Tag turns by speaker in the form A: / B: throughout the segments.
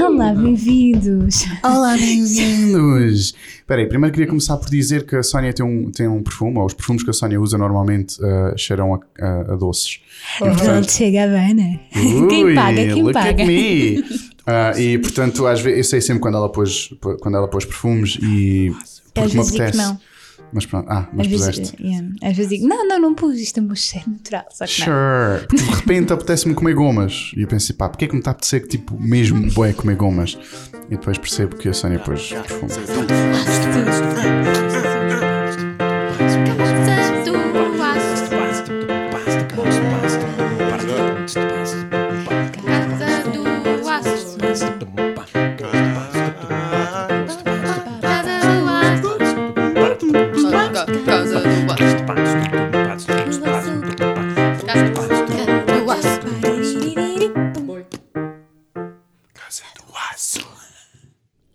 A: Olá, bem-vindos!
B: Olá, bem-vindos! Espera aí, primeiro queria começar por dizer que a Sónia tem um, tem um perfume, ou os perfumes que a Sónia usa normalmente ah, cheiram a, a- a doces. E,
A: Pronto, chega a né? Havana. Uhum. Quem
B: Ui,
A: paga? Quem
B: look
A: paga?
B: At me. Ah, e portanto, às vezes, eu sei sempre quando ela pôs, quando ela pôs perfumes e
A: Às
B: porque me
A: vezes digo
B: apetece.
A: que não.
B: Mas pronto, ah, mas
A: Às
B: puseste.
A: vezes, yeah. Às vezes digo, não, não, não pus, isto é um cheiro natural. Só que não.
B: Sure. Porque de repente apetece-me comer gomas. E eu pensei, pá, porque é que me está a apetecer que, tipo, mesmo bué comer gomas? E depois percebo que a Sónia pôs perfume.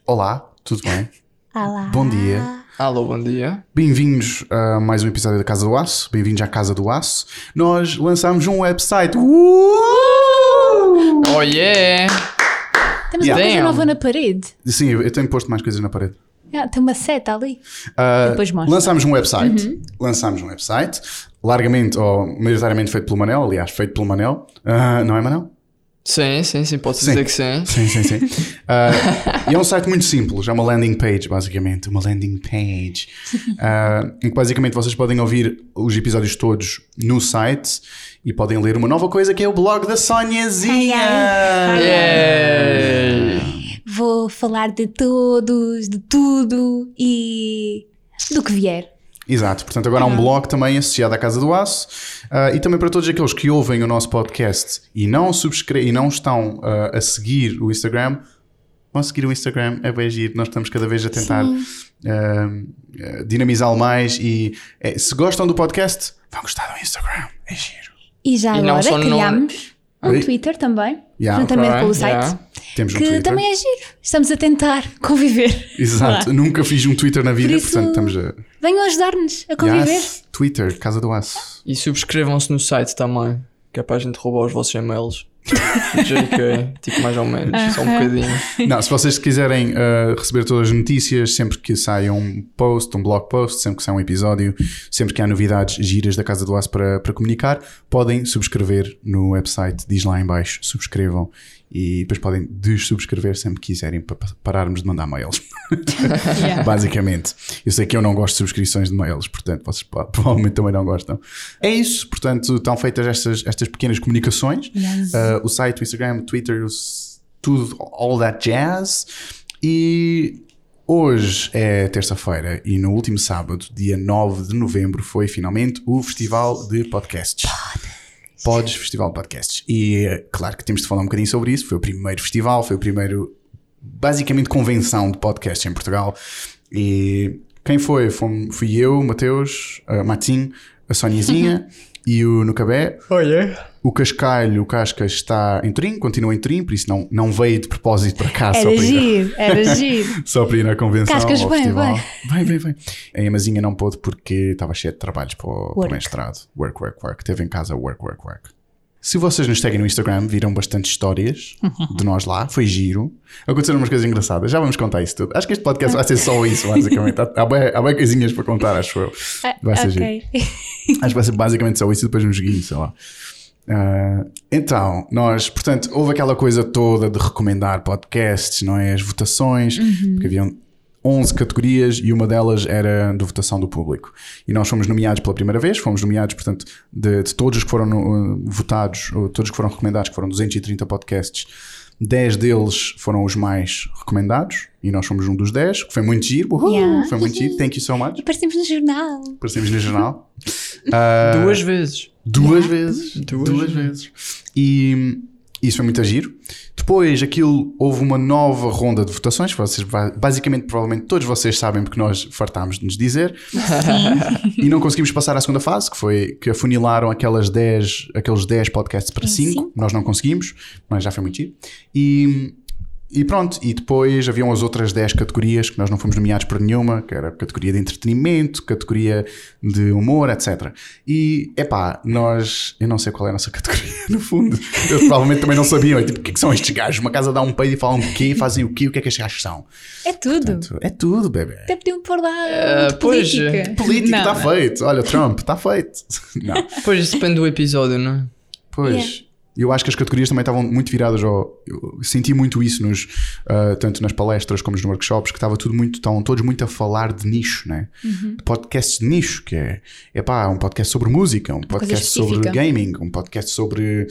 B: Olá, tudo bem?
A: Olá.
B: Bom dia.
C: Alô, bom dia.
B: Bem-vindos a mais um episódio da Casa do Aço. Bem-vindos à Casa do Aço. Nós lançámos um website. Uh!
C: Oh yeah!
A: Temos uma
B: Yeah.
A: coisa
C: Damn.
A: nova na parede.
B: Sim, eu tenho posto mais coisas na parede.
A: Ah, tem uma seta ali.
B: Uh,
A: Depois mostra. Uhum.
B: Lançámos um website. Lançámos um website. Largamente, ou maioritariamente feito pelo Manel. Aliás, feito pelo Manel. Uh, não é, Manel?
C: Sim, sim, sim, posso
B: Sim.
C: dizer que sim.
B: Sim, sim, sim. Uh, e é um site muito simples, é uma landing page, basicamente. Uma landing page. Uh, em que basicamente vocês podem ouvir os episódios todos no site e podem ler uma nova coisa que é o blog da Soniazinha.
C: Yay!
A: Vou falar de todos, de tudo e do que vier.
B: Exato, portanto agora há
A: Uhum.
B: um blog também associado à Casa do Aço ah, e também para todos aqueles que ouvem o nosso podcast e não subscre e não estão ah, a seguir o Instagram, vão seguir o Instagram, é bem giro, nós estamos cada vez a tentar ah, ah, dinamizá-lo mais e eh, se gostam do podcast, vão gostar do Instagram, é giro.
A: E já
C: E não
A: agora
C: só no-
A: criámos um
B: Oi?
A: Twitter também,
B: Yeah,
A: juntamente
C: ok,
A: com o site,
C: yeah.
B: Temos um
A: que
B: Twitter.
A: também é giro. Estamos a tentar conviver.
B: Exato, nunca fiz um Twitter na vida,
A: Por isso-
B: portanto estamos a.
A: Venham ajudar-nos a conviver.
B: Yes, Twitter, Casa do Aço.
C: E subscrevam-se no site também, que é para a gente roubar os vossos e-mails. JK, tipo mais ou menos, só um bocadinho.
B: Não, se vocês quiserem uh, receber todas as notícias, sempre que sai um post, um blog post, sempre que sai um episódio, sempre que há novidades giras da Casa do Aço para, para comunicar, podem subscrever no website, diz lá em baixo, subscrevam e depois podem dessubscrever sempre que quiserem para pa- pararmos de mandar mails, basicamente. Eu sei que eu não gosto de subscrições de mails, portanto vocês po- provavelmente também não gostam. É isso, portanto estão feitas estas, estas pequenas comunicações.
A: Yes.
B: Uh, o site, o Instagram, o Twitter, o s- tudo, all that jazz. E hoje é terça-feira e no último sábado, dia 9 de novembro, foi finalmente o Festival de Podcasts. Podes Festival de Podcasts. E eh, claro que temos de falar um bocadinho sobre isso. Foi o primeiro festival, foi o primeiro, basicamente, convenção de podcasts em Portugal. E quem foi? Fom- fui eu, o Mateus, a Matinho, a Soniazinha e o Nucabé.
C: Oh yeah?
B: O Cascalho, o Casca está em Turim, continua em Turim, por isso não, não veio de propósito para cá só
A: Era
B: para, ir,
A: giro, era giro.
B: só para ir à convenção.
A: Cascas,
B: ao
A: vem,
B: festival. Vai, vai, vai. A Emazinha não pôde porque estava cheia de trabalhos para o, para o
A: Work.
B: mestrado. Work, work, work. Teve em casa work, work, work. Se vocês nos seguem no Instagram, viram bastante histórias de nós lá. Foi giro. Aconteceram umas coisas engraçadas. Já vamos contar isso tudo. Acho que este podcast vai ser só isso, basicamente. Há- Há bem, há bem coisinhas para contar, acho eu. Vai ser giro.
A: Ah, Ok.
B: Acho que vai ser basicamente só isso e depois um joguinho, sei lá. Ah, então, nós, portanto, houve aquela coisa toda de recomendar podcasts, não é? As votações, porque haviam 11 categorias e uma delas era de votação do público. E nós fomos nomeados pela primeira vez, fomos nomeados, portanto, de, de todos os que foram no- votados, ou todos que foram recomendados, que foram 230 podcasts, 10 deles foram os mais recomendados e nós fomos um dos 10, que foi muito giro, uhul,
A: Yeah.
B: foi muito giro, thank you so much,
A: Aparecemos no jornal.
B: aparecemos no jornal.
C: Duas vezes.
B: Duas vezes.
C: Duas
B: vezes. E hum, isso foi muito agir. Depois, aquilo, houve uma nova ronda de votações. Vocês, ba- basicamente, provavelmente todos vocês sabem, porque nós fartámos de nos dizer. e não conseguimos passar à segunda fase, que foi que afunilaram aquelas 10, aqueles 10 podcasts para
A: Para
B: 5.
A: cinco.
B: Nós não conseguimos, mas já foi muito giro. E. hum, E pronto, e depois haviam as outras 10 categorias que nós não fomos nomeados por nenhuma, que era categoria de entretenimento, categoria de humor, etc. E, epá, nós, eu não sei qual é a nossa categoria, no fundo. Eles provavelmente também não sabiam, é tipo, o que, é que são estes gajos? Uma casa dá um peido e falam o quê, fazem o quê, o que é que estes gajos são?
A: É tudo.
B: Portanto, é tudo, bebê.
A: Até podiam um pôr lá
C: Eh,
A: de
C: pois,
A: política.
B: Político
A: Ah, é.
B: tá
A: Não,
B: está
A: não.
B: feito, olha, Trump está feito. Não,
C: Depois isso depende do episódio, não é?
B: pois.
A: Yeah.
B: Eu acho que as categorias também estavam muito viradas ao. Eu senti muito isso nos, ah, tanto nas palestras como nos workshops, que estava tudo muito. Estavam todos muito a falar de nicho, né?
A: Uhum.
B: De Podcasts de nicho, que é. Epá, um podcast sobre música, um podcast sobre
A: específica.
B: gaming, um podcast sobre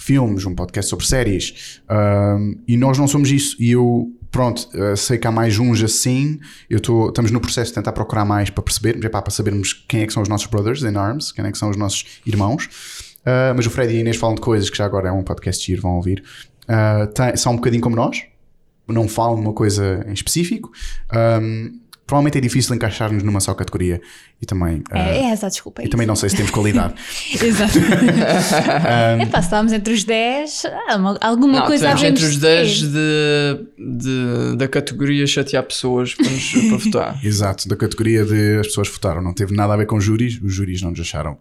B: filmes, um podcast sobre séries. Ahm, e nós não somos isso. E eu, pronto, eh, sei que há mais uns assim. Eu tô, estamos no processo de tentar procurar mais para percebermos, epá, para sabermos quem é que são os nossos brothers in arms, quem é que são os nossos irmãos. Ah, mas o Fred e a Inês falam de coisas que já agora é um podcast giro, vão ouvir. Ah, tem- são um bocadinho como nós, não falam de uma coisa em específico. Ahm, provavelmente é difícil encaixar-nos numa só categoria. E também, ah,
A: É, é essa a desculpa. é
B: e também não sei se temos qualidade.
A: isso. Exato.
B: Um,
A: É pá, se estávamos entre os 10, ah, uma- alguma
C: Não,
A: coisa
C: tivemos
A: havemos
C: entre os
A: de
C: 10
A: ter.
C: de, de- da categoria chatear pessoas para, nos, para votar.
B: Exato, da categoria de as pessoas votaram. Não teve nada a ver com júris, os júris não nos acharam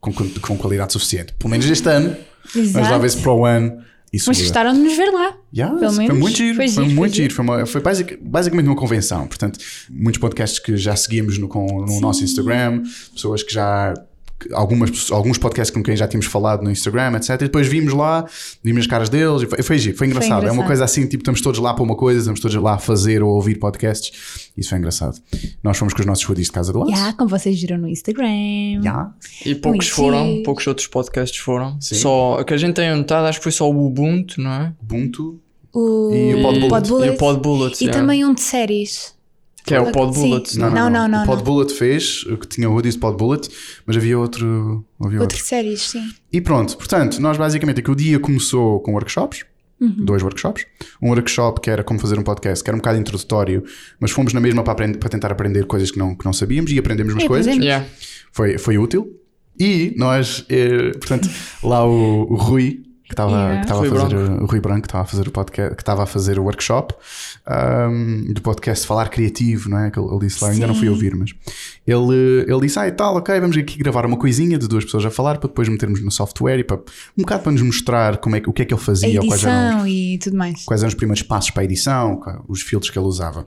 B: com, com- com qualidade suficiente. Pelo menos este ano, mas lá
A: Exato.
B: vê se para o ano isso
A: Mas
B: muda.
A: gostaram de nos ver lá.
B: Yes,
A: pelo
B: Foi
A: menos
B: muito giro, foi,
A: foi giro,
B: muito
A: foi
B: giro. Foi, uma- foi basic- basicamente uma convenção. Portanto, muitos podcasts que já seguimos no, com- no nosso Instagram, pessoas que já. que- Algumas, pessoas- alguns podcasts com quem já tínhamos falado no Instagram, etc. E depois vimos lá, vimos as caras deles, e foi, foi giro, foi engraçado. É uma
A: engraçado.
B: coisa assim, tipo, estamos todos lá para uma coisa, estamos todos lá a fazer ou a ouvir podcasts. Isso foi engraçado. Nós fomos com os nossos foodies de casa do
A: Já,
B: laço.
A: como vocês viram no Instagram.
B: Yeah.
C: E poucos
A: Ui,
C: foram,
A: sim.
C: poucos outros podcasts foram.
B: Sim.
C: Só, a que a gente tem anotado, acho que foi só o Ubuntu, não é?
B: Ubuntu.
A: O,
B: E o Pod Bullet.
C: E o Pod Bullet.
A: E
C: é.
A: também um de séries.
C: Que é o Pod
A: Sim.
C: Bullet.
A: Não, não, não.
B: o Pod Bullet fez, o que tinha o hoodies de Pod Bullet, mas havia outro. Havia outro.
A: Outro de séries, sim.
B: E pronto, portanto, nós basicamente aqui o dia começou com workshops,
A: Uhum.
B: dois workshops. Um workshop que era como fazer um podcast, que era um bocado introdutório, mas fomos na mesma para, aprender, para tentar aprender coisas que não, que não sabíamos e aprendemos umas
A: E
B: coisas.
A: aprendemos.
C: né? Yeah.
B: Foi, foi útil. E nós, eh, portanto, lá o, o Rui, que estava
A: Yeah.
B: que estava a
C: Rui
B: fazer o Rui Branco, que estava a fazer o podcast, que estava a fazer o workshop ahm, do podcast Falar Criativo, não é? Que ele, ele disse lá, ainda não fui
A: Sim.
B: ouvir, mas ele, ele disse, ah, e tal, ok, vamos aqui gravar uma coisinha de duas pessoas a falar para depois metermos no software e para um bocado para nos mostrar como é, que- o que é que ele
A: A
B: fazia ou quais eram os-
A: edição e tudo mais.
B: quais eram os primeiros passos para a edição, qual- os filtros que ele usava.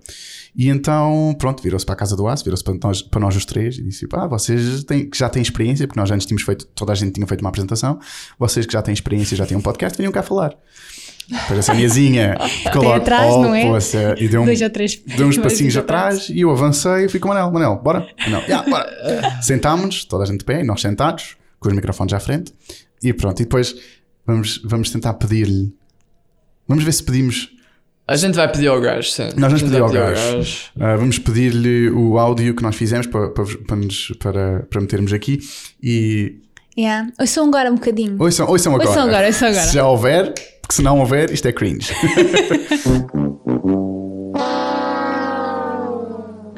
B: E então, pronto, virou-se para a casa do Aço, virou-se para nós, para nós os três e disse: pá, vocês têm, que já têm experiência, porque nós antes tínhamos feito, toda a gente tinha feito uma apresentação, vocês que já têm experiência, já têm um podcast, venham cá falar. Depois a Soniazinha ficou
A: Pé
B: logo,
A: atrás,
B: "Oh,
A: não é?"
B: poça", e deu um,
A: Dois ou três.
B: deu
A: dois
B: uns passinhos
A: ou três.
B: atrás e eu avancei e fui com o Manel. Manel, bora? Manel, "Ya, bora. Sentámos-nos, toda a gente de pé, e nós sentados, com os microfones à frente. E pronto, e depois vamos, vamos tentar pedir-lhe. Vamos ver se pedimos.
C: A gente vai pedir ao gajo, sim.
B: Nós
C: A
B: vamos
C: gente
B: pedir
C: vai
B: ao gajo. ah, vamos pedir-lhe o áudio que nós fizemos para, para, vos- para, nos- para, para metermos aqui. E.
A: Yeah. Ouçam agora um bocadinho.
B: Ouçam, ouçam agora.
A: Ouçam agora, ouçam agora.
B: Se já houver, porque se não houver, isto é cringe.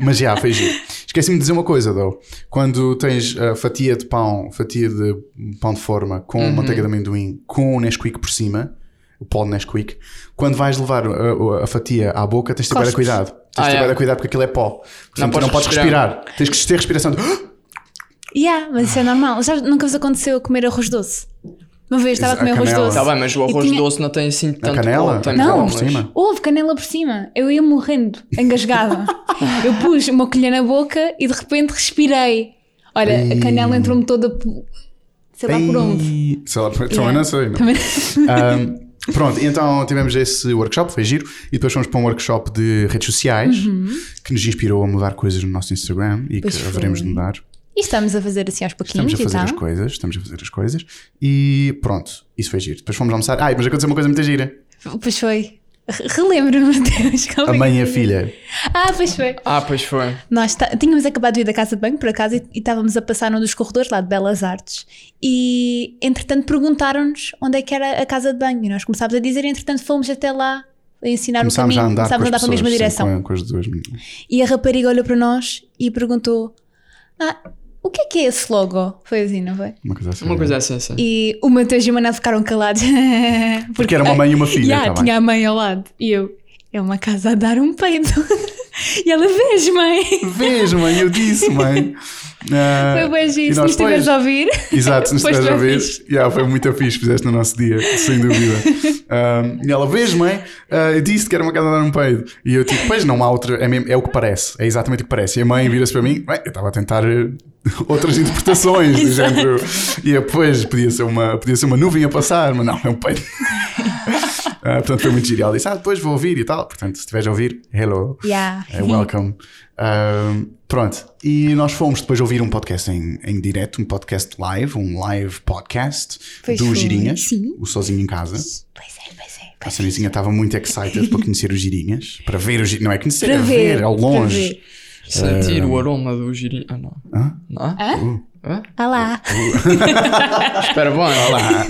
B: Mas já, fez giro. Esqueci-me de dizer uma coisa, though. Quando tens a fatia de pão, fatia de pão de forma com
A: Uhum.
B: manteiga de amendoim, com o Nesquik por cima, o pó de Nesquik, quando vais levar eh, a, a fatia à boca, tens de ter bué de
A: Cospes.
B: cuidado. Tens
C: Ah,
B: de ter
C: é.
B: bué de cuidado porque aquilo é pó. Portanto, não,
C: Não
B: tu não podes
C: podes
B: respirar. Tens que ter respiração de...
A: Yeah, mas isso é normal. Já nunca vos aconteceu comer arroz doce? Uma vez estava a
B: A
A: comer arroz
B: canela.
A: doce.
C: Está Tá bem, mas o
A: E
C: arroz
A: tinha-
C: doce não tem assim tanto
B: canela?
C: pó, tem
B: Não,
C: pó,
B: por cima.
A: Houve canela por cima. Eu ia morrendo, engasgada. eu pus uma colher na boca e de repente respirei. Olha, a canela entrou-me toda. por- Sei lá por onde.
B: Ei, Sei lá, também
A: Yeah.
B: não sei. não.
A: Também-
B: Ahm, pronto, então tivemos esse workshop, foi giro, e depois fomos para um workshop de redes sociais que nos inspirou a mudar coisas no nosso Instagram e
A: Uhum. Pois
B: que
A: foi.
B: haveremos de mudar.
A: E estamos a fazer assim aos pouquinhos
B: Estamos a fazer
A: e
B: as
A: tal.
B: coisas, estamos a fazer as coisas e pronto, isso foi giro. Depois fomos almoçar. Ai, mas aconteceu uma coisa muito gira.
A: Pois foi. Re- Relembro-me, Deus, calma
B: A
A: aí.
B: mãe e a filha.
A: Ah, pois foi.
C: Ah, pois foi.
A: Nós ta- tínhamos acabado de ir da casa de banho, por acaso, e e estávamos a passar num dos corredores lá de Belas Artes. E, entretanto, perguntaram-nos onde é que era a casa de banho. E nós começámos a dizer, entretanto, fomos até lá a ensinar
B: Começámos
A: o
B: a
A: caminho.
B: andar,
A: começámos a
B: com
A: andar
B: as
A: para a mesma
B: pessoas, sim,
A: direção.
B: com, com as duas meninas.
A: E a rapariga olhou para nós e perguntou: Ah, o que é que é esse logo? Foi assim, não foi?
B: Uma coisa assim.
C: Uma coisa assim, sim.
A: E o Mateus e o Manel ficaram calados.
B: Porque era uma mãe e uma filha.
A: Yeah,
B: tá bem.
A: tinha a mãe ao lado e eu. É uma casa a dar um peido. e ela vês, mãe.
B: Vês, mãe, eu disse, mãe. Ah,
A: Foi bem giro.
B: e
A: Se
B: nós
A: nos tiveres
B: depois-
A: a ouvir.
B: Exato, se nos
A: Pois
B: estás a
A: foi
B: ver,
A: fixe.
B: yeah, foi muito fixe, fizeste no nosso dia, sem dúvida. Um, e ela, vês, mãe, Ah, eu disse que era uma casa a dar um peido. E eu, tipo, pois não há outra, é, mesmo- é o que parece, é exatamente o que parece. E a mãe vira-se para mim, "Bem, eu estava a tentar eh, outras interpretações, do género. E eu, pois, podia ser, uma, podia ser uma nuvem a passar, mas não, é um peido. Ah, portanto, foi muito giro. E ela disse, ah, depois vou ouvir e tal. Portanto, se estiveres a ouvir, hello.
A: Yeah.
B: É, welcome. Ahm, pronto, e nós fomos depois ouvir um podcast em, em direto, um podcast live, um live podcast
A: Pois
B: do
A: foi,
B: Girinhas,
A: sim.
B: o Sozinho em Casa.
A: Pois é, pois é.
B: A Sanizinha estava muito excited para conhecer os Girinhas, para ver os Girinhas, não é conhecer, é ver, ao
A: para
B: longe.
A: ver.
C: Sentir o aroma do girinho. Ah, não.
B: Hã?
C: Não?
A: Hã?
C: Hã?
A: Ah lá.
C: Espera bem.
B: Olá!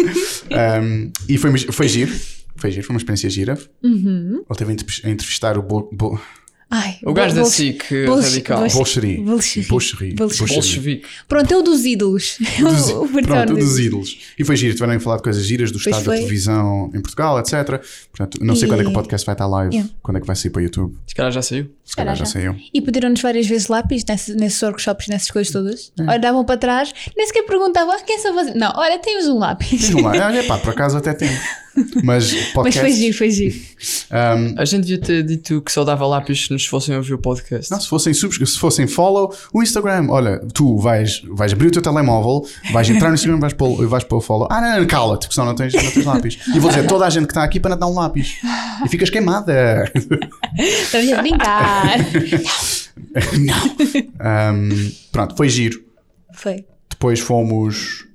B: Ahm, e foi, foi giro, foi giro, foi uma experiência gira.
A: Uhum.
B: Ele teve a entrev- a entrevistar o Bo, Bo,
A: Ai,
C: O gajo da
A: Bol-
C: SIC
A: Bolche-
C: radical.
A: Bolche-
B: Bolsheri.
A: Bolsheri.
B: Bolsheri.
A: Bolsheri.
C: Bolchevique.
A: Pronto, é o dos ídolos. É
B: dos,
A: o, o Bertão
B: pronto, dos
A: dos-
B: ídolos. E foi giro, tiveram a falar de coisas giras do estado da
A: foi.
B: televisão em Portugal, etc. Portanto, não sei
A: E-
B: quando é que o podcast vai estar live,
A: Yeah.
B: quando é que vai sair para o YouTube.
C: Esse cara já saiu.
B: Se calhar já
A: já.
B: saiu.
A: E pediram-nos várias vezes lápis nesse- nesses workshops, nessas coisas todas. Olhavam para trás, nem sequer perguntavam, ah, quem são vocês? Não, olha, temos um lápis.
B: Diz-me lá, olha pá, por acaso até tem. Mas um,
A: Mas
B: podcast.
A: foi giro, foi giro.
B: ahm,
C: A gente devia ter dito que só dava lápis se nos fossem ouvir o podcast.
B: não, se fossem subs, se fossem follow, o Instagram. Olha, tu vais, vais abrir o teu telemóvel, vais entrar no Instagram, vais para o, vais para o follow. Ah, não, não, cala-te, porque senão não tens, não tens lápis. E vou dizer, toda a gente que está aqui para não dar um lápis. E ficas queimada.
A: Estamos a brincar.
B: não. Ahm, Um, pronto, foi giro.
A: foi.
B: Depois fomos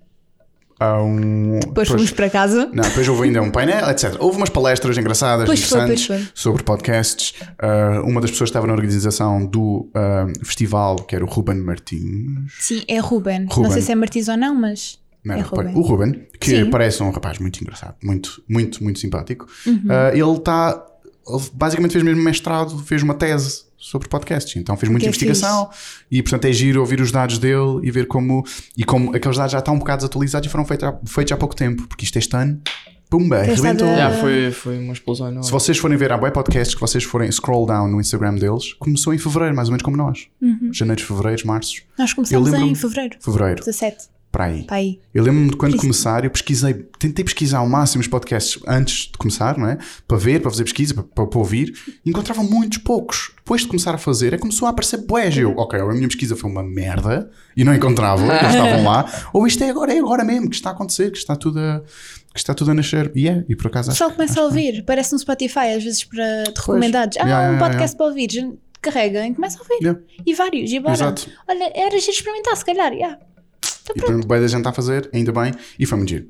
B: a um.
A: Depois fomos para casa.
B: Não, depois houve ainda um painel, etc. Houve umas palestras engraçadas,
A: Pois foi,
B: interessantes,
A: pois foi.
B: sobre podcasts. Ah, uma das pessoas que estava na organização do ah, festival, que era o Ruben Martins.
A: Sim, é Ruben.
B: Ruben.
A: Não sei se é Martins ou não, mas
B: Não
A: é
B: era
A: Ruben.
B: o Ruben, que
A: Sim.
B: parece um rapaz muito engraçado, muito, muito, muito simpático.
A: Uhum.
B: Ah, ele está. Ele basicamente fez mesmo mestrado, fez uma tese sobre podcasts, então fez muita
A: Que é
B: investigação e portanto é giro ouvir os dados dele e ver como e como aqueles dados já estão um bocado desatualizados e foram feitos há, feitos há pouco tempo, porque isto este ano, pumba,
A: Tem estado
B: arrebentou.
A: a-
C: Já, foi, foi uma explosão enorme.
B: Se vocês forem ver, há web podcasts que vocês forem scroll down no Instagram deles, começou em fevereiro, mais ou menos como nós.
A: Uhum.
B: Janeiro, fevereiro, março,
A: Nós começamos
B: Eu lembro-me-
A: em fevereiro.
B: fevereiro,
A: 17,
B: para aí.
A: para aí.
B: Eu lembro-me de quando
A: Por isso-
B: começar, eu pesquisei, tentei pesquisar ao máximo os podcasts antes de começar, não é? Para ver, para fazer pesquisa, para, para- para ouvir, e encontrava muitos poucos. Depois de começar a fazer, é que começou a aparecer bués. E Eu, ok, ou a minha pesquisa foi uma merda e não encontrava, eles estavam lá, ou isto é agora, é agora mesmo que está a acontecer, que está tudo a, que está tudo a nascer. E é, e por acaso
A: O
B: acho
A: pessoal começa a ouvir, parece um Spotify, às vezes para de recomendados. Ah,
B: Yeah, yeah,
A: um
B: yeah,
A: podcast para ouvir. Gente, Carrega e começa a ouvir.
B: Yeah.
A: E vários, e bora.
B: Exato.
A: Olha, era giro experimentar, se calhar. Yeah.
B: E pronto, bem da gente está a fazer, ainda bem, e foi muito giro.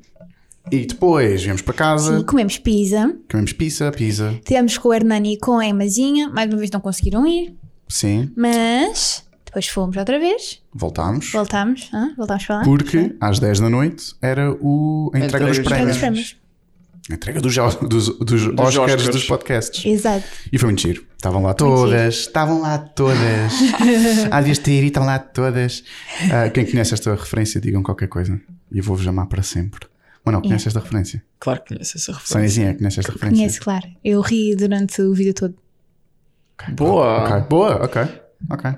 B: E depois viemos para casa,
A: Sim, comemos pizza.
B: comemos pizza, pizza,
A: Tivemos com o Hernani e com a Emazinha. Mais uma vez não conseguiram ir,
B: sim,
A: mas depois fomos outra vez.
B: voltámos.
A: Voltámos. hã? voltámos para lá.
B: Porque às 10 da noite era o, a entrega,
C: Entrega
B: dos
C: dos
A: Para
B: prémios.
A: os prémios.
B: A entrega dos, dos, dos, Oscars,
C: Oscars.
B: dos podcasts.
A: Exato.
B: E foi muito giro. Estavam lá todas, estavam lá todas. Há devias ter ido, estavam lá todas. Ah, quem conhece esta referência, digam qualquer coisa. E eu vou-vos amar para sempre. Mas não, conhece esta referência?
C: Claro que conheço essa referência.
B: Sonizinha, conhece esta referência?
A: Conheço, claro. Eu ri durante o vídeo todo.
C: Boa!
B: Ok, boa, ok. Ok.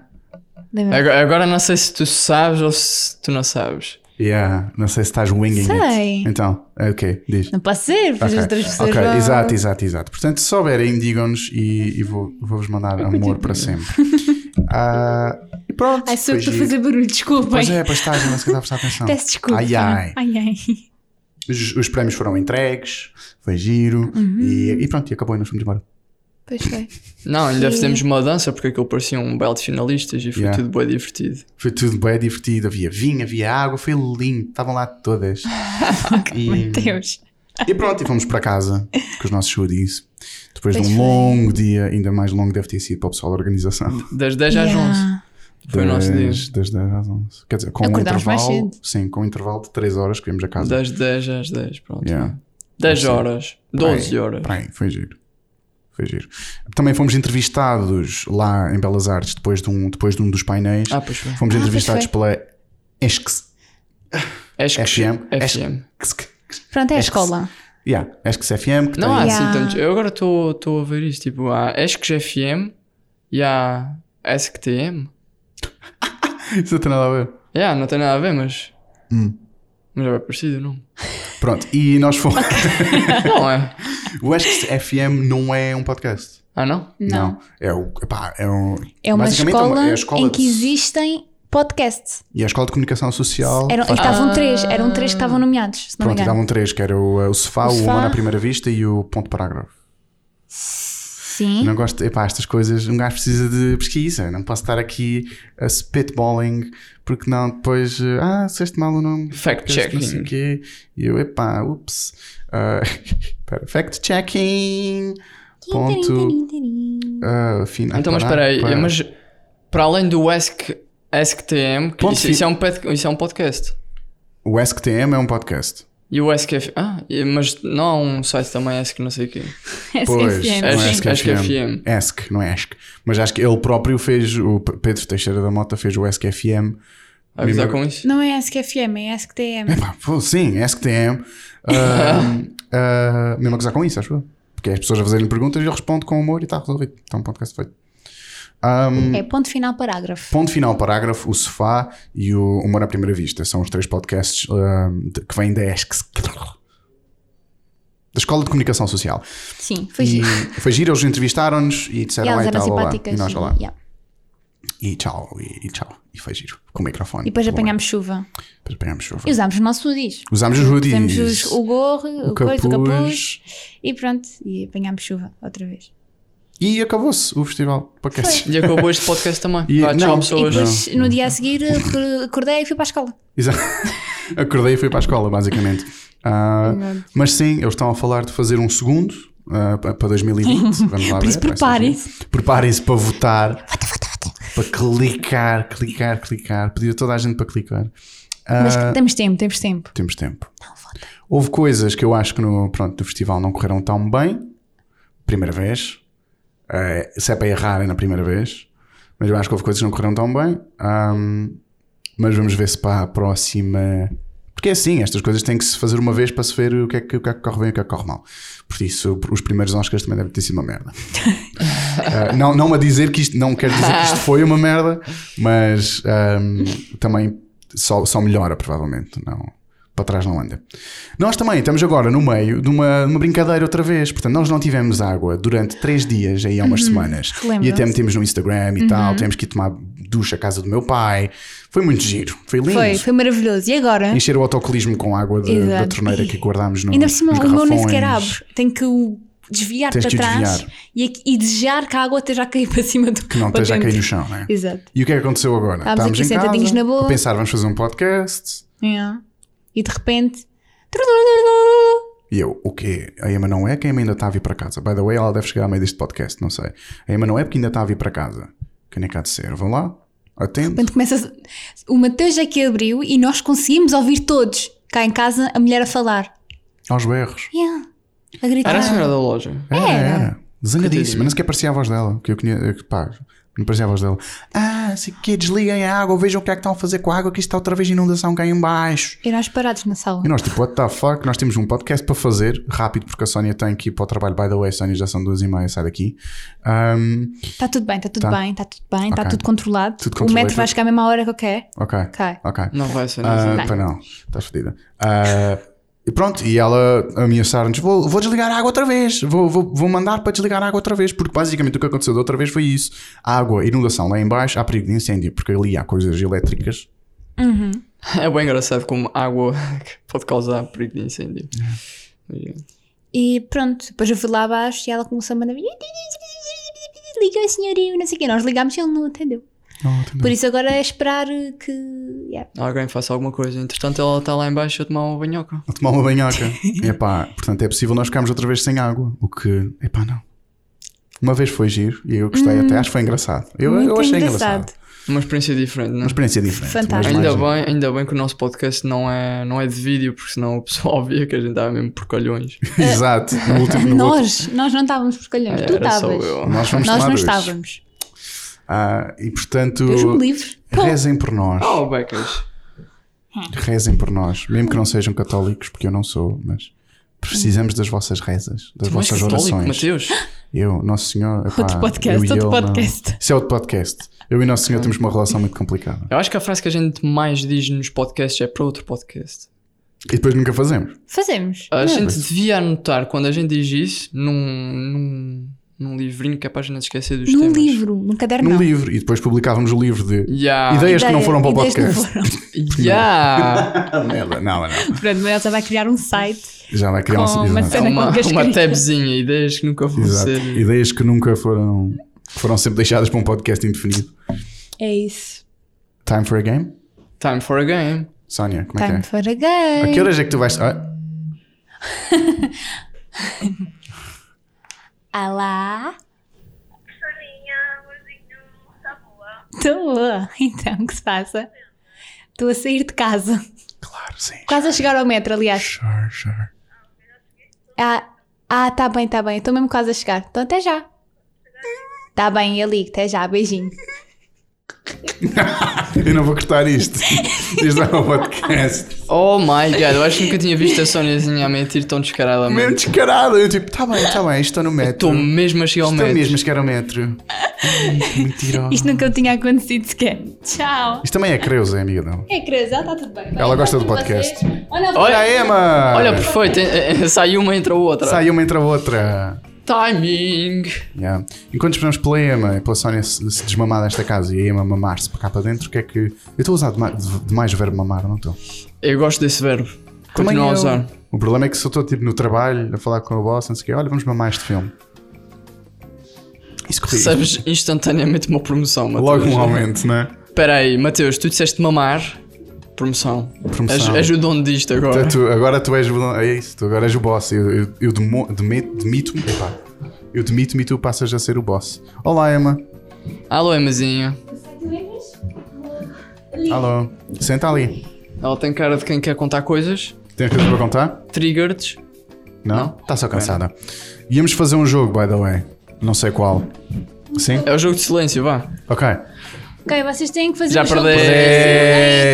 A: Lembra?
C: Agora, agora não sei se tu sabes ou se tu não sabes.
B: Yeah, não sei se estás winging
A: Sei.
B: it. Então, é o quê? Diz.
A: Não pode ser, pois
B: Ok,
A: as outras pessoas
B: ok,
A: vão-
B: exato, exato, exato. Portanto, se souberem, digam-nos e, e vou- vou-vos mandar amor para sempre. Ah, e pronto.
A: Ai, sou eu que
B: foi
A: estou a
B: giro.
A: fazer barulho, desculpem.
B: Pois é, pois estás, não sei se dá a prestar atenção.
A: Peço desculpa.
B: Ai, ai.
A: ai, ai.
B: Os, os prémios foram entregues, foi giro
A: Uhum.
B: e, e pronto, e acabou e nós fomos embora.
A: Pois foi.
C: Não, ainda
A: Sim.
C: fizemos uma dança porque aquilo parecia um baile de finalistas e foi
B: Yeah.
C: tudo bem divertido.
B: Foi tudo bem divertido, havia vinho, havia água, foi lindo, estavam lá todas.
A: Meu
B: e,
A: Deus.
B: e pronto, e fomos para casa com os nossos hoodies. Depois
A: Pois
B: de um
A: foi.
B: longo dia, ainda mais longo deve ter sido para o pessoal da organização.
C: Das 10 às
A: Yeah.
C: 11. Foi o nosso dia.
B: Das, das 10 às 11. Quer dizer, com um
A: Acordámos mais
B: intervalo.
A: cedo.
B: Sim, com um intervalo de 3 horas que viemos a casa.
C: Das 10 às 10, pronto.
B: Yeah. Assim.
C: 10 horas, 12 horas.
B: Peraí, foi giro. Foi giro. Também fomos entrevistados lá em Belas Artes, depois de um, depois de um dos painéis.
C: Ah, pois foi.
B: fomos
A: Ah,
B: entrevistados
A: pois
B: pela ESC.
C: Acho que-
B: FM.
C: FM.
B: ESC.
A: Pronto, é a escola.
B: Yeah, acho que CFM que
C: Não há
B: tem...
A: Yeah.
C: assim tantos. Eu agora estou a ver isso. Tipo, há ESCS FM e há SQTM.
B: Isso não tem nada a ver.
C: Yeah, não tem nada a ver, mas.
B: Hum.
C: Mas é bem parecido, não?
B: Pronto, e nós fomos.
C: não é?
B: o Ask FM não é um podcast.
C: Ah, não?
A: Não.
B: É, o, epá, é, um,
A: É uma
B: basicamente
A: escola,
B: é a escola
A: em que
B: de-
A: existem podcasts.
B: E a Escola de Comunicação Social.
A: Eram, e estavam três, eram três que estavam nomeados, se não
B: Ah. Pronto, então,
A: me
B: e
A: engano.
B: davam três, que era o, o sofá,
A: O
B: o,
A: Sofá.
B: amor à primeira vista e o ponto parágrafo.
A: Sim.
B: Não gosto, epá, estas coisas, um gajo precisa de pesquisa, não posso estar aqui a spitballing, porque não, depois, eh, ah, disseste mal o nome.
C: Fact-checking.
B: Não sei o quê. E eu, epá, ups. Ah, espera, fact-checking. Ponto. ah, fina-
C: Então, mas
B: parar-
C: espera aí.
B: para-
C: Mas para além do ESC, ESCTM, que
B: Ponto
C: isso,
B: fi-
C: isso é um ped- isso é um podcast.
B: O SQTM é um podcast.
C: E o SQF. Ah, e- mas não há um site também, ESC, não sei o quê.
B: Pois, não é
C: Acho-
A: SFM.
B: SQFM.
C: acho que é FM.
B: ESC, não é ESC. Mas acho que ele próprio fez, o P- Pedro Teixeira da Mota fez o SQFM.
C: A avisar
B: Mesmo-
C: com isso?
A: Não é SQFM, é SQTM.
B: Pá, pô, sim, SQTM. Ahm, ah, mesmo a gozar com isso, acho eu. Porque as pessoas a fazerem perguntas e eu respondo com humor e está resolvido. Então, um podcast feito. Ahm,
A: É ponto final parágrafo.
B: Ponto final, parágrafo, o sofá e o Humor à Primeira Vista. São os três podcasts ahm, de- que vêm da ESC. Da Escola de Comunicação Social.
A: Sim, foi
B: e
A: giro.
B: foi giro, eles entrevistaram-nos e
A: E
B: disseram
A: elas
B: "Ai,
A: eram
B: tal, lá, lá",
A: simpáticas.
B: E nós
A: e-
B: lá.
A: yeah.
B: e tchau, e, e tchau. E foi giro, com o microfone.
A: E depois
B: Tudo
A: apanhámos chuva.
B: bem. Depois apanhámos chuva.
A: E usámos os nossos hoodies.
B: Usámos os hoodies.
A: Fizemos os- o gorro,
B: o
A: o coisa, o
B: capuz.
A: capuz. E pronto, e apanhámos chuva outra vez.
B: E acabou-se o festival. Podcast.
C: E acabou este podcast também.
B: E-
C: Vá, tchau,
B: não,
A: E
C: pessoas.
A: depois, no dia a seguir, ac- acordei e fui para a escola.
B: Exato. Acordei e fui para a escola, basicamente. Ah, mas sim, eles estão a falar de fazer um segundo ah, pa- para 2020. Vamos lá
A: Por isso,
B: ver, vai ser
A: preparem-se.
B: giro. Preparem-se para votar. Para clicar, clicar, clicar. Pedir a toda a gente para clicar. Ah,
A: Mas temos tempo, temos tempo.
B: Temos tempo. Houve coisas que eu acho que no, pronto, no festival não correram tão bem. Primeira vez. Eh, se é para errar é na primeira vez. Mas eu acho que houve coisas que não correram tão bem. Ahm, mas vamos ver se para a próxima. Porque é assim, estas coisas têm que se fazer uma vez para se ver o que é que, o que, é que corre bem e o que é que corre mal. Por isso, os primeiros Oscars também devem ter sido uma merda. Ah, não, não a dizer que isto, não quero dizer que isto foi uma merda, mas ahm, também só, só melhora, provavelmente. Não, para trás não anda. Nós também estamos agora no meio de uma, de uma brincadeira outra vez. Portanto, nós não tivemos água durante três dias, aí há umas semanas.
A: relembram-se.
B: E até metemos no Instagram e
A: Uhum.
B: tal. Tivemos que ir tomar ducha à casa do meu pai. Foi muito giro. Foi lindo.
A: Foi, foi maravilhoso. E agora?
B: Encher o autocolismo com água de- da
A: Exato.
B: torneira que
A: Ih.
B: guardámos no,
A: Ainda por cima,
B: nos
A: o meu nem sequer
B: garrafões.
A: abre. Tem que o desviar
B: Tens
A: para
B: que o
A: trás
B: desviar.
A: e, aqui- e desejar que a água esteja a cair para cima do.
B: Que não
A: para
B: esteja a
A: dentro.
B: cair no chão, né?
A: Exato.
B: E o que é que aconteceu agora?
A: Estávamos aqui
B: em
A: sentadinhos
B: casa,
A: na boa.
B: a pensar, vamos fazer um podcast.
A: Yeah. E de repente.
B: E eu, o quê? A Emma não é que a Emma ainda está a vir para casa. By the way, ela deve chegar a meio deste podcast, não sei. A Emma não é porque ainda está a vir para casa. Quem é que há de ser? Vão lá, atende.
A: Quando começa. O Mateus é que abriu e nós conseguimos ouvir todos cá em casa a mulher a falar.
B: Aos berros.
A: Yeah. A gritar.
C: Era a senhora da loja.
B: Era,
A: Era.
B: era. Zangadíssima, nem sequer parecia a voz dela. Que eu conheço, que, pá, não parecia a voz dela. Ah, se que desliguem a água, vejam o que é que estão a fazer com a água, que isto está outra vez inundação cá em baixo.
A: E nós parados na sala.
B: E nós, tipo, what the fuck, nós temos um podcast para fazer, rápido, porque a Sónia tem que ir para o trabalho. By the way, Sónia, já são duas e meia, sai daqui. Ahm,
A: Está tudo bem, está tudo
B: Tá.
A: bem, está tudo bem, está
B: Ok.
A: tudo controlado.
B: Tudo
A: o
B: controlado.
A: metro vai chegar à mesma hora que eu quero.
B: ok,
A: Ok.
B: ok.
C: Não vai ser. não sei.
B: Ah, pá, não, estás fodida. Ah, e pronto, e ela ameaçar-nos: vou, vou desligar a água outra vez, vou, vou, vou mandar para desligar a água outra vez, porque basicamente o que aconteceu da outra vez foi isso: água, inundação lá em baixo, há perigo de incêndio, porque ali há coisas elétricas.
A: Uhum.
B: Ah.
C: É bem engraçado como água que pode causar perigo de incêndio.
B: É.
A: E pronto, depois eu fui lá abaixo e ela começou a mandar. Liga o senhorio, não sei o quê. Nós ligámos e ele não atendeu.
B: Não, tem-
A: Por isso agora é esperar que. yeah.
C: Alguém faça alguma coisa. Entretanto, ela está lá em baixo a tomar uma banhoca.
B: a tomar uma banhoca. Epá, portanto, é possível nós ficarmos outra vez sem água, o que, epá, não. Uma vez foi giro e eu gostei até, acho que foi engraçado. Eu, eu
A: Hum. Muito
B: achei engraçado.
A: engraçado.
C: Uma experiência diferente, não é?
B: Uma experiência diferente. mas
A: Fantástico.
C: Ainda
B: mais- um.
C: bem, ainda bem que o nosso podcast não é, não é de vídeo, porque senão o pessoal ouvia que a gente estava mesmo por calhões.
B: Exato, no último. No outro.
A: Nós, nós não estávamos por calhões. tu
C: Era só
A: estavas.
C: eu.
B: Nós fomos
A: Nós
B: tomar
A: não
B: dois.
A: estávamos. um
B: Ah, e portanto,
A: Deus me livre. Pô,
B: rezem por nós.
C: Oh, Becas.
B: Rezem por nós, mesmo que não sejam católicos, porque eu não sou, mas Precisamos das vossas rezas, das
C: Tu és
B: vossas
C: católico,
B: orações.
C: Mateus.
B: Eu, Nosso Senhor. epá,
D: Outro podcast,
B: eu e
D: outro
B: ele não-
D: podcast.
B: Isso é outro podcast. Eu e Nosso Senhor temos uma relação muito complicada.
C: Eu acho que a frase que a gente mais diz nos podcasts é para outro podcast.
B: E depois nunca fazemos.
A: Fazemos.
C: A gente
B: mas-
C: devia anotar quando a gente diz isso num, num, num livrinho que é para a gente não se esquecer dos
A: Num
C: temas.
A: livro, num caderno.
B: Num livro. E depois publicávamos o livro de
C: Yeah.
B: ideias que não
A: Ideia-
B: foram para o
A: ideias que não
B: podcast.
C: Yeah.
B: Nada, nada, nada.
D: Pronto, mas ela vai criar um site.
B: Já vai criar um
D: Com
B: exato.
D: uma
C: É
D: Pena
C: uma,
D: que nunca
C: uma
D: escrevi.
C: tabzinha, ideias que nunca vão
B: Exato.
C: ser.
B: Ideias que nunca foram. que foram sempre deixadas para um podcast indefinido.
A: É isso.
B: Time for a game?
C: Time for a game.
B: Sónia, como é
A: Time
B: que
A: for a
B: é?
A: game.
B: A que horas é que tu vais. Ah,
A: Alá.
E: Sorinha, amorzinho, tá boa.
A: Estou boa. Então, o que se passa? Estou a sair de casa.
B: claro, sim.
A: Quase a chegar ao metro, aliás.
B: Sure, sure.
A: Ah, ah tá bem, tá bem. Estou mesmo quase a chegar. Então, até já. Tá bem, eu ligo. Até já. Beijinho.
B: Eu não vou cortar isto. Isto é um podcast.
C: Oh my god, eu acho que nunca tinha visto a Soniazinha a mentir tão descaradamente.
B: Mesmo descarado. Eu tipo, tá bem, tá bem, estou no metro.
C: Estou mesmo a chegar ao
B: Estou
C: metro.
B: mesmo a chegar ao metro. Hum, que Mentirosa.
D: Isto nunca tinha acontecido sequer. Tchau.
B: Isto também é creuza, é amiga dela.
A: É, Creuza, está tudo bem.
B: Ela gosta do podcast.
A: Olha,
B: Olha a Emma!
C: Olha, perfeito, eh, eh, sai uma, entra outra.
B: Sai uma, entra outra.
C: Timing.
B: Yeah. Enquanto esperamos pela Emma e pela Sónia se, se desmamar desta casa e a Emma mamar-se para cá para dentro, o que é que. Eu estou a usar dema- de- demais o verbo mamar, não estou?
C: Eu gosto desse verbo. Continua a
B: eu.
C: usar.
B: O problema é que se eu estou tipo, no trabalho a falar com o boss, não sei o quê, olha, vamos mamar este filme. Isso corrige.
C: Recebes instantaneamente uma promoção, Mateus.
B: Logo um aumento, não é?
C: Espera aí, Mateus, tu disseste mamar. Promoção.
B: Promoção.
C: Aj ajuda onde disto agora.
B: Então, tu- agora tu és o. É isso, tu agora és o boss. Eu, eu, eu demo- deme- demito-me. epá. Eu demito-me e tu passas a ser o boss. Olá, Emma.
C: Alô, Emazinha.
B: Alô. Senta ali.
C: Ela tem cara de quem quer contar coisas.
B: Tens coisas para contar?
C: Triggered.
B: Não? é Está só cansada. Íamos fazer um jogo, by the way. Não sei qual. Sim?
C: É o jogo de silêncio, vá.
B: Ok.
A: Ok, vocês têm que fazer
C: Já
A: o jogo.
B: é.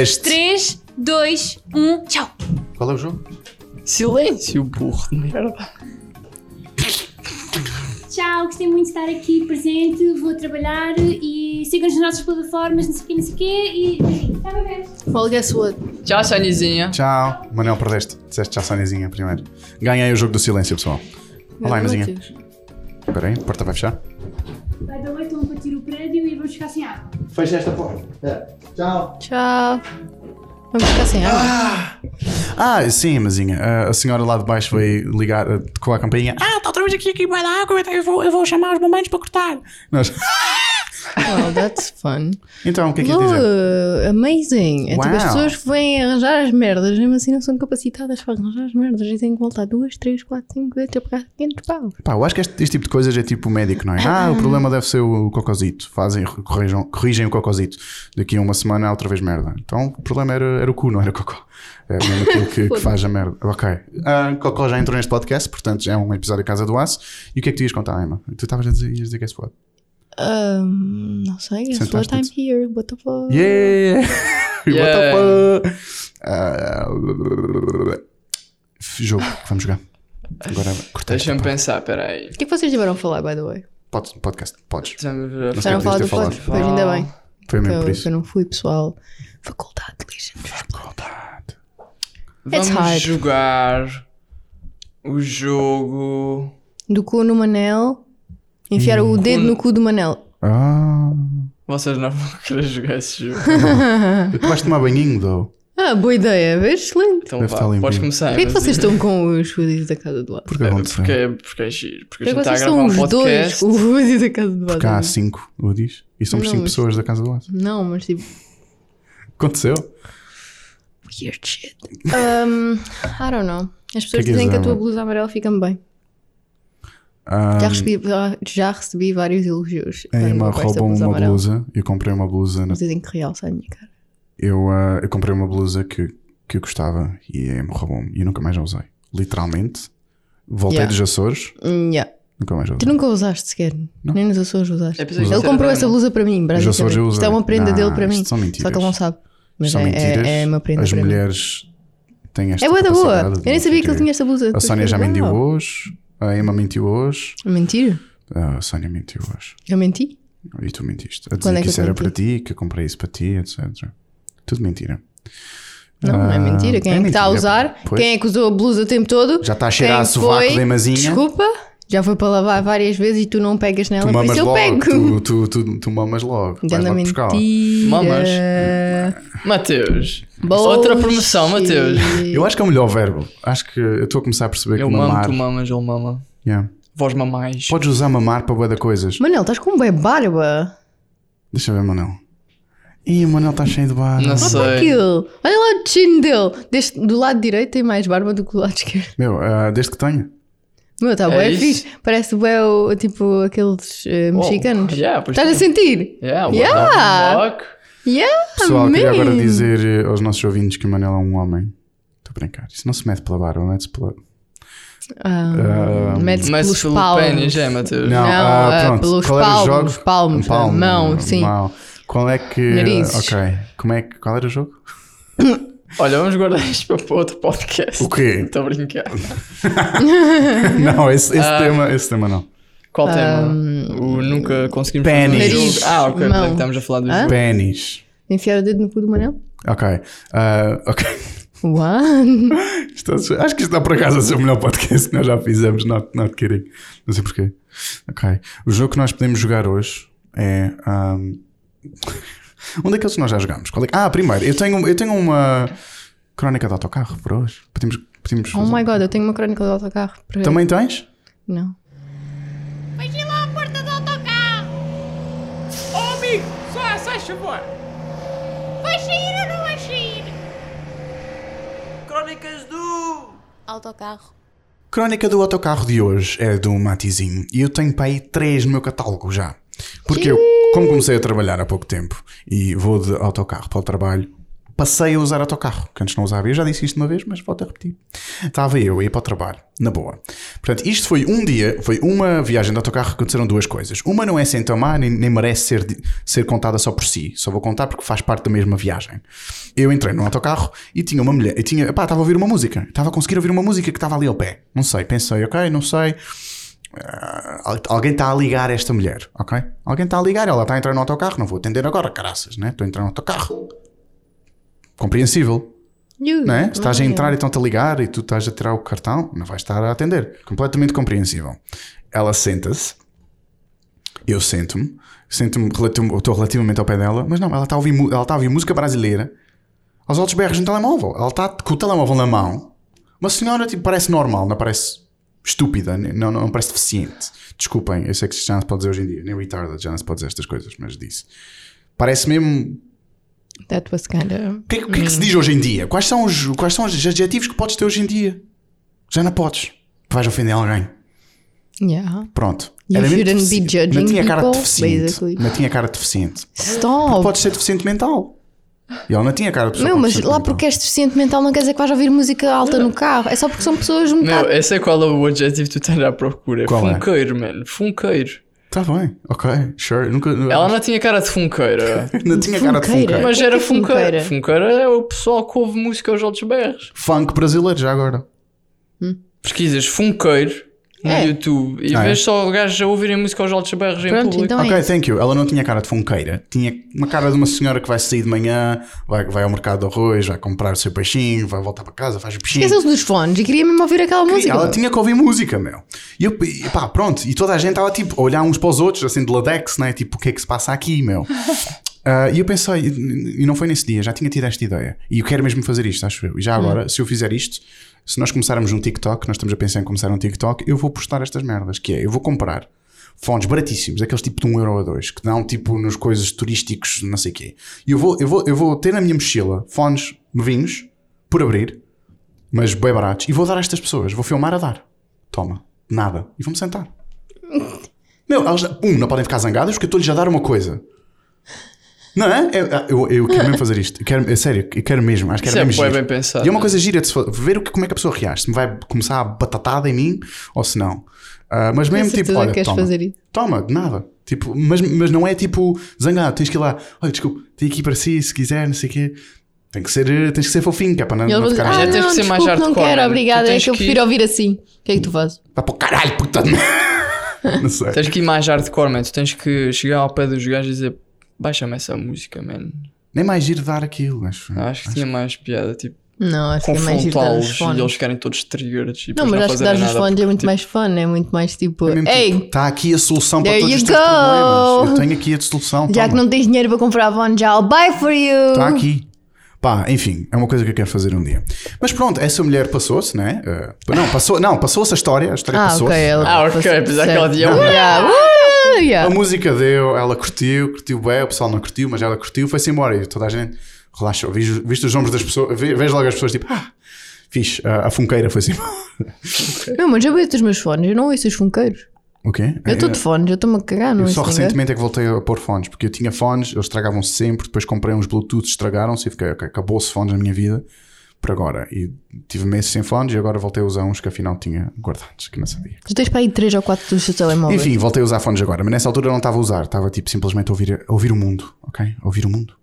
B: Perdeste.
A: 3, 2, 1, tchau.
B: Qual é o jogo?
C: Silêncio, burro de merda.
F: Tchau, gostei muito de estar aqui presente, vou trabalhar e sigam-nos nas nossas plataformas, não sei o quê, não sei o quê e... Tchau, bebês!
D: Folga sua.
C: Tchau, Soniazinha.
B: Tchau. Manel, perdeste. Disseste já Soniazinha primeiro. Ganhei o jogo do silêncio, pessoal. Olá, Emazinha. Espera aí, a porta vai fechar.
F: By the way, estão a partir o prédio e vamos ficar sem água.
B: Fecha esta porta. Tchau.
D: Tchau. Vamos ficar sem água.
B: Ah, sim, Mazinha. A- a senhora lá de baixo veio ligar, eh, tocou a campainha. Ah, está outra vez aqui, aqui vai da água, então eu vou, eu vou chamar os bombeiros para cortar. Nós-
D: Oh, that's fun.
B: Então, o que é que ia dizer?
D: Oh, amazing. É tipo, as
B: Uau.
D: pessoas que vêm arranjar as merdas, mesmo assim não são capacitadas para arranjar as merdas e têm que voltar duas, três, quatro, cinco vezes a pagar 500 pau.
B: Pá, eu acho que este, este tipo de coisas é tipo médico, não é? Ah, o problema deve ser o cocosito. Fazem, corrijam, corrigem o cocosito. Daqui a uma semana há outra vez merda. Então o problema era, era o cu, não era o cocó. É mesmo aquilo que, que faz a merda. Ok. Ah, cocó já entrou neste podcast, portanto já é um episódio da Casa do Aço. E o que é que tu ias contar, Emma? Tu estavas a dizer, ias dizer que é spot.
D: Ahm, não sei, it's the first time
B: Sentaste-te.
D: here. What the fuck?
B: é Yeah!
C: Yeah.
B: What the fuck? Ah, jogo, que vamos jogar. Agora cortei.
C: Deixa-me pensar, peraí.
D: O que é que vocês tiveram a falar, by the way?
B: Podes- Podcast, podes.
C: Estamos a-
B: Não sei
D: Tiveram a
B: o que
D: falar do
B: devias ter
D: podcast, pois ainda bem.
B: Foi
D: Que
B: mesmo por
D: eu, que
B: isso.
D: eu não fui, pessoal. Faculdade de
B: Faculdade.
D: It's
C: Vamos
D: hard.
C: jogar o jogo.
D: Do cu no Manel. Enfiar
B: Hum.
D: o dedo no cu do Manel.
B: Ah.
C: Vocês não vão querer jogar esse jogo.
B: Tu vais tomar banhinho, though.
D: Ah, boa ideia, vês? Excelente.
C: Então
B: Deve
C: vá,
B: estar limpinho.
C: podes começar.
D: Por que é que
C: mas-
D: vocês estão com os foodies da casa do lado?
B: Porque tá eu não te
C: Porque,
B: sei.
C: é- porque é giro. Porque
D: Por
C: a
D: que é
C: gente
D: que
C: está a
D: vocês são
C: gravar um
D: os dois
C: podcast.
D: com o foodies da casa do lado?
B: Porque há cinco UDIs e somos
D: Não,
B: cinco
D: mas-
B: pessoas da casa do Aço.
D: Não, mas tipo.
B: Aconteceu?
D: Weird shit. Um, I don't know. As pessoas
B: que é
D: dizem que a
B: exame?
D: tua blusa amarela fica-me bem.
B: Ah,
D: Já recebi, já, já recebi vários elogios.
B: a
D: para
B: Emma
D: não gosto da
B: roubou uma
D: amarela.
B: blusa. Eu comprei uma blusa. na-
D: Mas dizem que realça a minha cara.
B: Eu, ah, eu comprei uma blusa que, que eu gostava e a Emma roubou-me. E eu nunca mais a usei. Literalmente. Voltei
D: Yeah.
B: dos Açores.
D: Hum, yeah.
B: Nunca mais a
D: Tu
B: usei.
D: nunca usaste sequer. Nem nos Açores usaste.
B: É,
C: Eu pensei que
D: Ele
C: isso era
D: comprou
C: da
D: essa
C: Emma.
D: blusa para mim,
B: Os Açores eu
D: basicamente. Isto é
B: usei.
D: uma prenda
B: Não,
D: dele para
B: isto
D: mim.
B: são mentiras.
D: Só que ele não sabe. Mas
B: São
D: é,
B: mentiras.
D: é, é uma prenda
B: As
D: para mim.
B: mulheres tem esta
D: É boa da boa.
B: capacidade
D: Eu
B: de
D: nem sabia que ele
B: adquirir.
D: tinha esta blusa.
B: A Sónia já
D: Uau.
B: mentiu hoje, a Emma mentiu hoje,
D: Ah, Mentir?
B: a Sónia mentiu hoje.
D: Eu menti?
B: E tu mentiste. A dizer
D: Quando é
B: que,
D: que
B: isso
D: eu
B: era
D: menti?
B: para ti, que eu comprei isso para ti, etc. Tudo mentira.
D: Não, não é
B: Ah,
D: mentira. Quem é, que está a
B: mentira.
D: usar?
B: Pois.
D: Quem é que usou a blusa o tempo todo?
B: Já está a cheirar
D: Quem
B: a sovaco
D: foi?
B: de emazinha.
D: Desculpa, já foi para lavar várias vezes e tu não pegas nela,
B: Tu
D: por
B: mamas
D: isso eu
B: logo.
D: pego.
B: Tu, tu, tu, tu mamas logo. Vais
D: Ganda
B: logo buscar.
D: mentira.
C: Mamas. Mateus. Outra promoção, Mateus.
B: Eu acho que é o melhor verbo. Acho que eu estou a começar a perceber
C: Eu
B: que
C: mamo,
B: mamar.
C: tu mamas, ele mama.
B: Yeah.
C: Vós mamais.
B: Podes usar mamar para boa da coisas.
D: Manel, estás com um bem barba.
B: Deixa eu ver, Manel. Ih, o Manel está cheio de barba.
C: Não sei.
D: Aquilo. Olha lá o destino dele. Deste- do lado direito tem mais barba do que do lado esquerdo.
B: Meu, ah, desde que tenho.
D: Meu, está
C: É
D: bem
C: isso?
D: fixe. Parece bem o- tipo aqueles eh,
C: Oh,
D: mexicanos.
C: yeah, pois
D: Estás a
C: tem.
D: sentir?
C: Yeah, what
D: Yeah.
C: the fuck?
D: Yeah,
B: Pessoal, queria agora
D: man.
B: dizer eh, aos nossos ouvintes que o Manel é um homem. Estou a brincar. Isso não se mete pela barba, mete-se pela.
D: Ah,
B: Ah,
D: Mete-se
C: Mas
D: pelos
C: pelo
D: palmos.
C: pênis, é, Mateus.
B: Não,
D: Não,
B: ah,
D: ah,
B: pronto.
D: pelos
B: qual era o
D: palmos,
B: jogo?
D: palmos,
B: Um palmo,
D: a mão, sim.
B: mal. Qual é que.
D: Narizes.
B: Ok. Como é que. Qual era o jogo?
C: Olha, vamos guardar isto para outro podcast.
B: O quê?
C: Estou a brincar.
B: não, esse, esse
C: Ah.
B: tema, esse tema não.
C: Qual tema? O nunca conseguimos fazer um
B: Pênis.
C: jogo. Ah, ok.
D: Mão.
C: Estamos a falar do
D: Hã?
C: jogo.
B: Pênis.
D: Enfiar o dedo no cu do Manel?
B: Ok. Ah, ok.
D: One.
B: Isto- é acho que isto dá por acaso a ser o melhor podcast que nós já fizemos, not, not kidding. Não sei porquê. Ok. O jogo que nós podemos jogar hoje é. ahm, um daqueles que nós já jogámos. Qual é que- Ah, primeiro, eu tenho, eu tenho uma crónica de autocarro por hoje. Podemos. podemos
D: Oh
B: fazer-
D: my god, é eu tenho uma crónica do autocarro. Para...
B: Também Né? tens?
D: Não.
E: Veja lá a porta do autocarro!
G: Ô amigo, só, sai favor.
E: Vai sair ou não vai sair?
G: Crônicas do...
E: Autocarro.
B: Crónica do autocarro de hoje é do Matizinho e eu tenho para aí três no meu catálogo já. Porque eu, como comecei a trabalhar há pouco tempo e vou de autocarro para o trabalho, passei a usar autocarro, que antes não usava. Eu já disse isto uma vez, mas volto a repetir. Estava eu a ir para o trabalho, na boa. Portanto, isto foi um dia, foi uma viagem de autocarro que aconteceram duas coisas. Uma não é sem tomar, nem, nem merece ser, di- ser contada só por si. Só vou contar porque faz parte da mesma viagem. Eu entrei num autocarro e tinha uma mulher, e tinha, pá, estava a ouvir uma música, estava a conseguir ouvir uma música que estava ali ao pé. Não sei, pensei, ok, não sei. Ah, al- alguém está a ligar esta mulher, ok? Alguém está a ligar, ela está a entrar no autocarro, não vou atender agora, caraças, né? Estou a entrar no autocarro. Compreensível,
D: You.
B: não é? Se estás a
D: Não.
B: entrar e estão-te a ligar e tu estás a tirar o cartão, não vais estar a atender. Completamente compreensível. Ela senta-se, eu sento-me, sento-me, relati- eu estou relativamente ao pé dela, mas não, ela está a ouvir, mu- ela está a ouvir música brasileira aos altos berros no telemóvel. Ela está com o telemóvel na mão. Uma senhora tipo, parece normal, não parece estúpida, nem- não, não, não parece deficiente. Desculpem, eu sei que isto já não se pode dizer hoje em dia, nem retarded já não se pode dizer estas coisas, mas disse. Parece mesmo
D: That was kind of.
B: o que, o que é que se diz hoje em dia? Quais são, os, quais são os adjetivos que podes ter hoje em dia? Já não podes. Vais ofender alguém.
D: Yeah.
B: Pronto.
D: You
B: mesmo
D: shouldn't be
B: deficiente.
D: judging
B: Não tinha cara de
D: people,
B: deficiente.
D: basically.
B: Não tinha cara de deficiente.
D: Stop!
B: Podes ser deficiente mental. E ela não tinha cara de
D: Meu, mas lá
B: deficiente
D: porque és deficiente mental não quer dizer que vais ouvir música alta no carro. É só porque são pessoas um
C: Meu,
D: bocado.
C: esse é qual é o adjetivo que tu tens à procura.
B: Qual é?
C: funkeiro, mano. Funkeiro.
D: é-
B: mental. Tá bem, ok, sure. Nunca,
C: Ela não tinha cara de funkeira.
B: não tinha cara de
D: Funkeira.
B: funkeiro.
C: Mas
D: que
C: era
D: é funkeira?
C: funkeira. Funkeira é o pessoal que ouve música aos altos berros.
B: Funk brasileiro, já agora.
C: Pesquisas funkeiro no
D: É.
C: YouTube e
B: Ah, é?
C: vês só gajos a ouvirem música aos altos berros em
D: Pronto,
C: público.
D: então é
B: Ok,
D: isso.
B: thank you. Ela não tinha cara de funkeira. Tinha uma cara de uma senhora que vai sair de manhã, vai, vai ao mercado de arroz, vai comprar o seu peixinho, vai voltar para casa, faz o peixinho.
D: Esqueceu-se dos fones e queria mesmo ouvir aquela música.
B: Ela tinha que ouvir música, meu. E eu, e pá, pronto. E toda a gente estava tipo a olhar uns para os outros, assim de ladex, né? Tipo, o que é que se passa aqui, meu? Ah, e eu pensei, e e não foi nesse dia, já tinha tido esta ideia. E eu quero mesmo fazer isto, acho eu. E já agora, se eu fizer isto, se nós começarmos um TikTok, nós estamos a pensar em começar um TikTok, eu vou postar estas merdas, que é, eu vou comprar fones baratíssimos, aqueles tipo de 1 euro ou 2, que dão tipo nos coisas turísticos, não sei o quê. E eu vou, eu, vou, eu vou ter na minha mochila fones novinhos, por abrir, mas bem baratos, e vou dar a estas pessoas, vou filmar a dar. Toma, nada. E vou-me sentar. Meu, elas, um, não podem ficar zangadas porque eu estou-lhes a dar uma coisa. Não é? Eu, eu, eu quero mesmo fazer isto. Eu quero, é sério, eu quero mesmo. Acho que
C: Isso
B: era
C: é
B: mesmo
C: bué
B: giro.
C: bem pensado.
B: E é uma coisa gira de se fa- ver o que, como é que a pessoa reage. Se me vai começar a batatada em mim ou se não. Ah, mas mesmo tipo,
D: certeza
B: olha,
D: que queres
B: toma,
D: fazer isso.
B: toma, de nada. Tipo, mas, mas não é tipo zangado, tens que ir lá, olha, desculpa, tem aqui para si, se quiser, não sei o quê. Tem que ser, tens que ser fofinho, que é para não,
D: E eles
B: não
D: vão dizer,
B: ficar
D: ah,
C: Já
D: não,
B: gente.
C: tens que ser mais
D: desculpe, não
C: hardcore,
D: quero,
C: mano. Tu
D: obrigada, é
C: tens
D: que eu
C: que-
D: prefiro ouvir assim. O que é que tu fazes?
B: Vai para o caralho, puta. não sei.
D: Então,
C: Tens que ir mais hardcore, man. Tu tens que chegar ao pé dos gajos e dizer baixa-me essa música, man.
B: Nem mais ir dar aquilo, acho. É
C: Acho que tinha mais piada, tipo,
D: Não, acho que é mais ir dar os
C: confrontá-los e
D: fones.
C: eles ficarem todos triggers e depois
D: Não, mas acho que
C: fazerem
D: dar os
C: nada,
D: fones é
C: porque,
D: muito
C: tipo,
D: mais fun, é muito mais tipo,
B: É mesmo
D: ei,
B: tipo, tá aqui a solução para
D: There
B: todos os
D: you
B: teus
D: go.
B: problemas. Eu tenho aqui a solução.
D: já
B: toma.
D: que não tens dinheiro para comprar fones, já I'll buy for you.
B: Está aqui. Pá, enfim, é uma coisa que eu quero fazer um dia. Mas pronto, essa mulher passou-se, né? Eh, não, passou, não, passou-se a história. A história
D: Ah,
B: passou-se.
D: ok. Ela
C: Ah, ok, apesar que ela dizia, "Ué".
D: Yeah, ué,
B: A
D: yeah.
B: música deu, ela curtiu, curtiu bem, o pessoal não curtiu, mas ela curtiu, foi-se embora. E toda a gente relaxou. Viste, viste os ombros das pessoas, ve- vês logo as pessoas tipo, ah, fixe, a, a funkeira foi-se embora.
D: Não, mas eu ouço os meus fones, eu não ouço os funkeiros.
B: O quê? Eh,
D: Eu estou de fones, eu estou-me a cagar, não
B: É
D: assim, né?
B: Eu
D: ouço
B: só
D: ninguém.
B: recentemente é que voltei a pôr fones, porque eu tinha fones, eles estragavam sempre, depois comprei uns Bluetooth, estragaram-se e fiquei, ok, acabou-se fones na minha vida por agora. E tive meses sem fones e agora voltei a usar uns que afinal tinha guardados, que não sabia.
D: Tu tens para aí 3 ou 4 do seu telemóvel.
B: Enfim, voltei a usar fones agora, mas nessa altura eu não estava a usar, estava tipo simplesmente a ouvir, a ouvir o mundo, ok? A ouvir o mundo.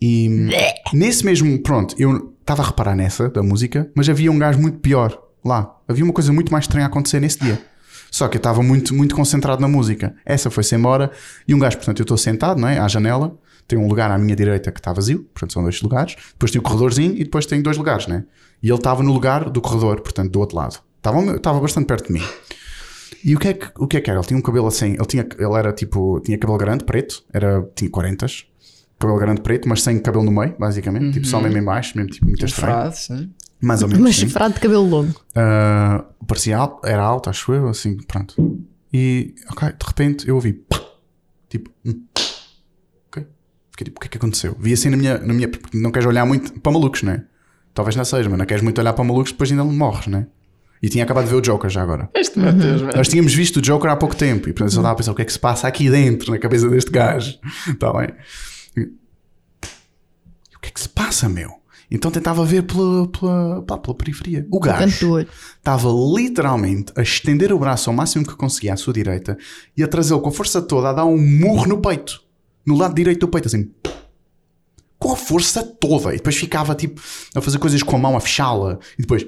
B: E nesse mesmo, pronto, eu estava a reparar nessa da música, mas havia um gajo muito pior lá. Havia uma coisa muito mais estranha a acontecer nesse dia. Só que eu estava muito, muito concentrado na música. Essa foi-se embora e um gajo, portanto, eu estou sentado, não é? À janela, tem um lugar à minha direita que está vazio, portanto, são dois lugares. Depois tem o corredorzinho e depois tem dois lugares, né? E ele estava no lugar do corredor, portanto, do outro lado. Estava, ao meu- estava bastante perto de mim. E o que é que, o que, é que era? Ele tinha um cabelo assim, ele, tinha, ele era tipo, tinha cabelo grande, preto, era, tinha 40 cabelo grande preto, mas sem cabelo no meio, basicamente, tipo só mesmo em baixo, mesmo tipo muito estranho,
C: frase, Ah,
D: Uhum.
C: sim.
B: mais ou menos
D: Mas
B: sim.
D: frado de cabelo longo.
B: Ah, parecia alto, era alto, acho eu, assim, pronto. E, ok, de repente eu ouvi, pá, tipo, hum. ok, fiquei tipo, o que é que aconteceu? Vi assim na minha, na minha, porque não queres olhar muito para malucos, né? Talvez não seja, mas não queres muito olhar para malucos, depois ainda morres, né? E tinha acabado de ver o Joker já agora.
C: Este Mateus, velho.
B: Nós tínhamos visto o Joker há pouco tempo e portanto eu estava a pensar o que é que se passa aqui dentro na cabeça deste gajo. Está bem? E o que é que se passa, meu? Então tentava ver pela, pela, pá, pela periferia. O
D: Canto do
B: gajo
D: olho.
B: estava literalmente a estender o braço ao máximo que conseguia à sua direita e a trazê-lo com a força toda a dar um murro no peito. No lado direito do peito, assim. Com a força toda. E depois ficava tipo a fazer coisas com a mão, a fechá-la. E depois.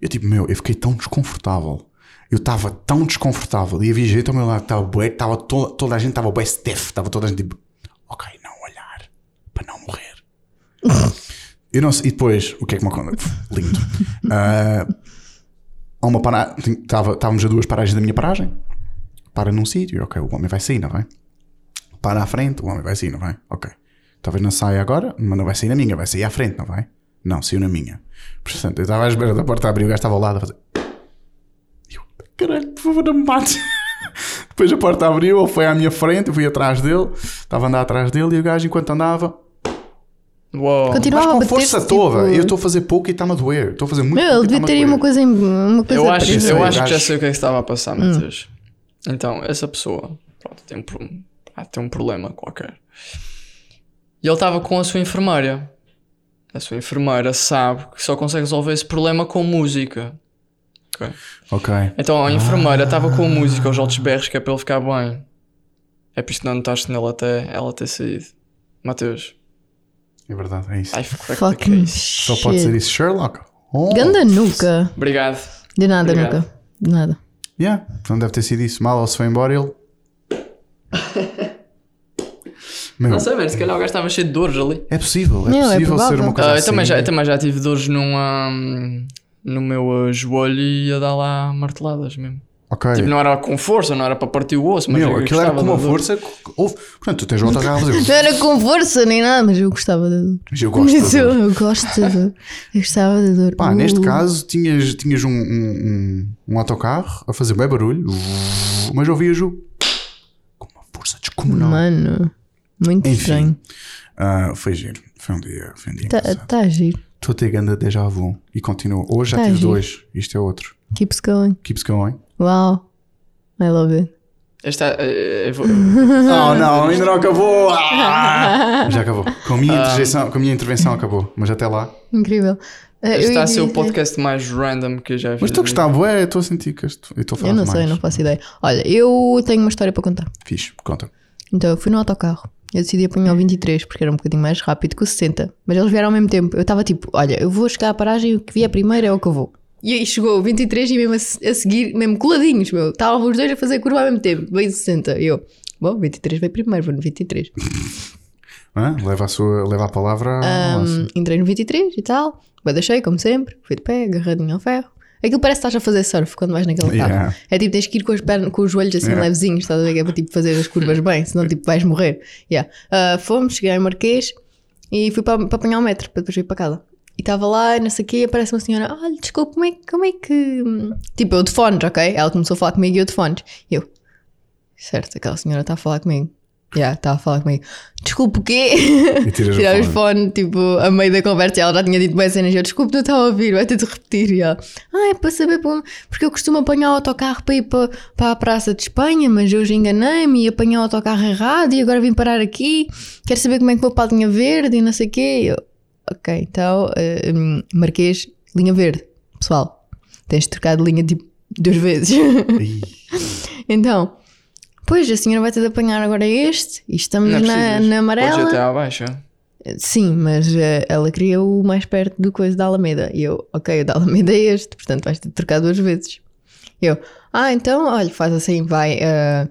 B: Eu tipo, meu, eu fiquei tão desconfortável. Eu estava tão desconfortável. E havia gente ao meu lado, estava bué, estava toda, toda a gente estava bué stiff, estava toda a gente tipo, ok, não olhar, para não morrer. eu não sei, e depois, o que é que me acontece? Lindo. Ah, há uma paragem, estávamos a duas paragens da minha paragem, para num sítio, ok, o homem vai sair, não vai? Para à frente, o homem vai sair, não vai? Ok. Talvez não saia agora, mas não vai sair na minha, vai sair à frente, não vai? Não, saiu na minha. Portanto, eu estava à espera da porta abrir, o gajo estava ao lado a fazer. Eu, caralho, por favor, não me mates. Depois a porta abriu, ele foi à minha frente, eu fui atrás dele, estava a andar atrás dele e o gajo, enquanto andava,
C: Uou.
B: mas
D: Continuava
B: com
D: a
B: força
D: bater-se,
B: toda,
D: tipo-
B: eu Tá estou a fazer pouco e está-me a doer, estou a fazer muito
D: Meu,
B: pouco
D: ele
B: e
D: devia
B: tá-me a
D: ter aí
B: doer.
D: uma coisa, em- uma coisa
C: Eu acho,
B: presa.
C: eu
B: Eu
C: acho que já
B: acho-
C: sei o que é que estava a passar, Matheus. Então, essa pessoa pronto, tem, um, pro- ah, tem um problema qualquer. E ele estava com a sua enfermeira. A sua enfermeira sabe que só consegue resolver esse problema com música. Ok.
B: Ok.
C: Então a enfermeira estava com música aos altos berros que é para ele ficar bem. É por isso que não notaste nele até ela ter saído. Mateus.
B: É verdade, é isso.
C: Ai, correcto que é
D: Fucking
C: isso.
B: Só pode ser isso. Sherlock. Oh.
D: Ganda nunca.
C: Obrigado.
D: De nada,
C: Obrigado.
D: nunca. De nada.
B: Yeah, não deve ter sido isso. Mal ele se foi embora, ele. Meu,
C: Não sei, mano, se calhar o gajo estava cheio de dores ali.
B: é possível, é
D: Não, é
B: possível ser
D: provável.
B: uma coisa
C: Ah, eu,
B: assim.
C: também já, eu também já tive dores numa, no meu ah, joelho e ia dar lá marteladas mesmo.
B: Ok.
C: Tipo, não era com força, não era para partir o osso, mas
B: É. Meu,
C: eu
B: aquilo era
C: gostava
B: com uma
C: da dor.
B: força. que- Houve... Portanto, tu tens outra garra a
D: Não
B: fazer.
D: era com força nem nada, mas eu gostava da dor.
B: Mas eu gosto. da
D: eu,
B: dor.
D: eu gosto da dor. Eu gostava da dor.
B: Pá,
D: Uh.
B: neste caso, tinhas, tinhas um, um, um, um autocarro a fazer bem barulho, mas ouvias o. com uma força descomunal.
D: Mano, muito
B: Enfim.
D: estranho.
B: Ah, foi giro. Foi um dia. Foi um dia
D: Está
B: engraçado.
D: tá a giro.
B: Estou a ter ganda déjà vu. E continuo. Hoje já
D: Tá
B: tive
D: giro.
B: dois. Isto é outro.
D: Keeps going.
B: Keeps going.
D: Wow. I love it.
C: Esta, eh, eu vou-
B: Não, Oh, não, ainda não acabou. Ah! Já acabou. Com a, minha interjeição- com a minha intervenção acabou. Mas até lá.
D: Incrível. Eh,
C: este
D: eu
C: está a
D: ia
C: ser o
D: dizer-
C: podcast mais random que eu já vi.
B: Mas estou a gostar, bué, estou a sentir que estou estou a falar
D: Eu não
B: demais.
D: sei, não faço ideia. Olha, eu tenho uma história para contar.
B: Fixe, conta.
D: Então, eu fui no autocarro Eu decidi apanhar o 23 porque era um bocadinho mais rápido que o 60. Mas eles vieram ao mesmo tempo. Eu estava tipo, olha, eu vou chegar à paragem e o que vier primeiro é o que eu vou. E aí chegou o 23 e mesmo a, se- a seguir, mesmo coladinhos, meu. Estavam os dois a fazer curva ao mesmo tempo. Veio 60. E eu, bom, 23 veio primeiro, vou no 23.
B: Hã? Leva, a sua, leva a palavra ao
D: Hum,
B: laço.
D: entrei no 23 e tal. Bem, deixei, como sempre. Fui de pé, agarradinho ao ferro. Aquilo parece que estás a fazer surf quando vais naquele carro.
B: Yeah.
D: É tipo, tens que ir com, as pernas, com os joelhos assim
B: Yeah.
D: levezinhos, estás a ver? Que é para tipo, fazer as curvas bem, senão tipo, vais morrer. Yeah. Ah, fomos, cheguei ao Marquês e fui para, para apanhar o metro, para depois ir para casa. E estava lá, e não sei o quê, e aparece uma senhora, olha, desculpa, como é, que- como é que... Tipo, eu de fones, ok? Ela começou a falar comigo e eu de fones. E eu, certo, aquela senhora está a falar comigo. Já, está a falar comigo. Desculpa, o quê?
B: E tiras o
D: Tirar os
B: fone.
D: fones, tipo, a meio da conversa, e ela já tinha dito bem cenas, e eu, desculpa, não estava a ouvir, vai ter de repetir, e ela, ah, é para saber, para onde- porque eu costumo apanhar o autocarro para ir para, para a Praça de Espanha, mas hoje enganei-me e apanhei o autocarro errado, e agora vim parar aqui, quero saber como é que vou para a linha verde, e não sei o quê, E eu, ok, então, eh, hum, Marquês, linha verde, pessoal, tens de trocar de linha, tipo, duas vezes.
B: Ih,
D: então... Pois, a senhora vai ter de apanhar agora este e estamos
C: Não é
D: na,
C: precisas.
D: na amarela.
C: Podes ir até à baixa.
D: Sim, mas eh, ela queria o mais perto do coisa da Alameda. E eu, ok, o da Alameda é este, portanto vais ter de trocar duas vezes. Eu, ah, então, olha, faz assim, vai, eh,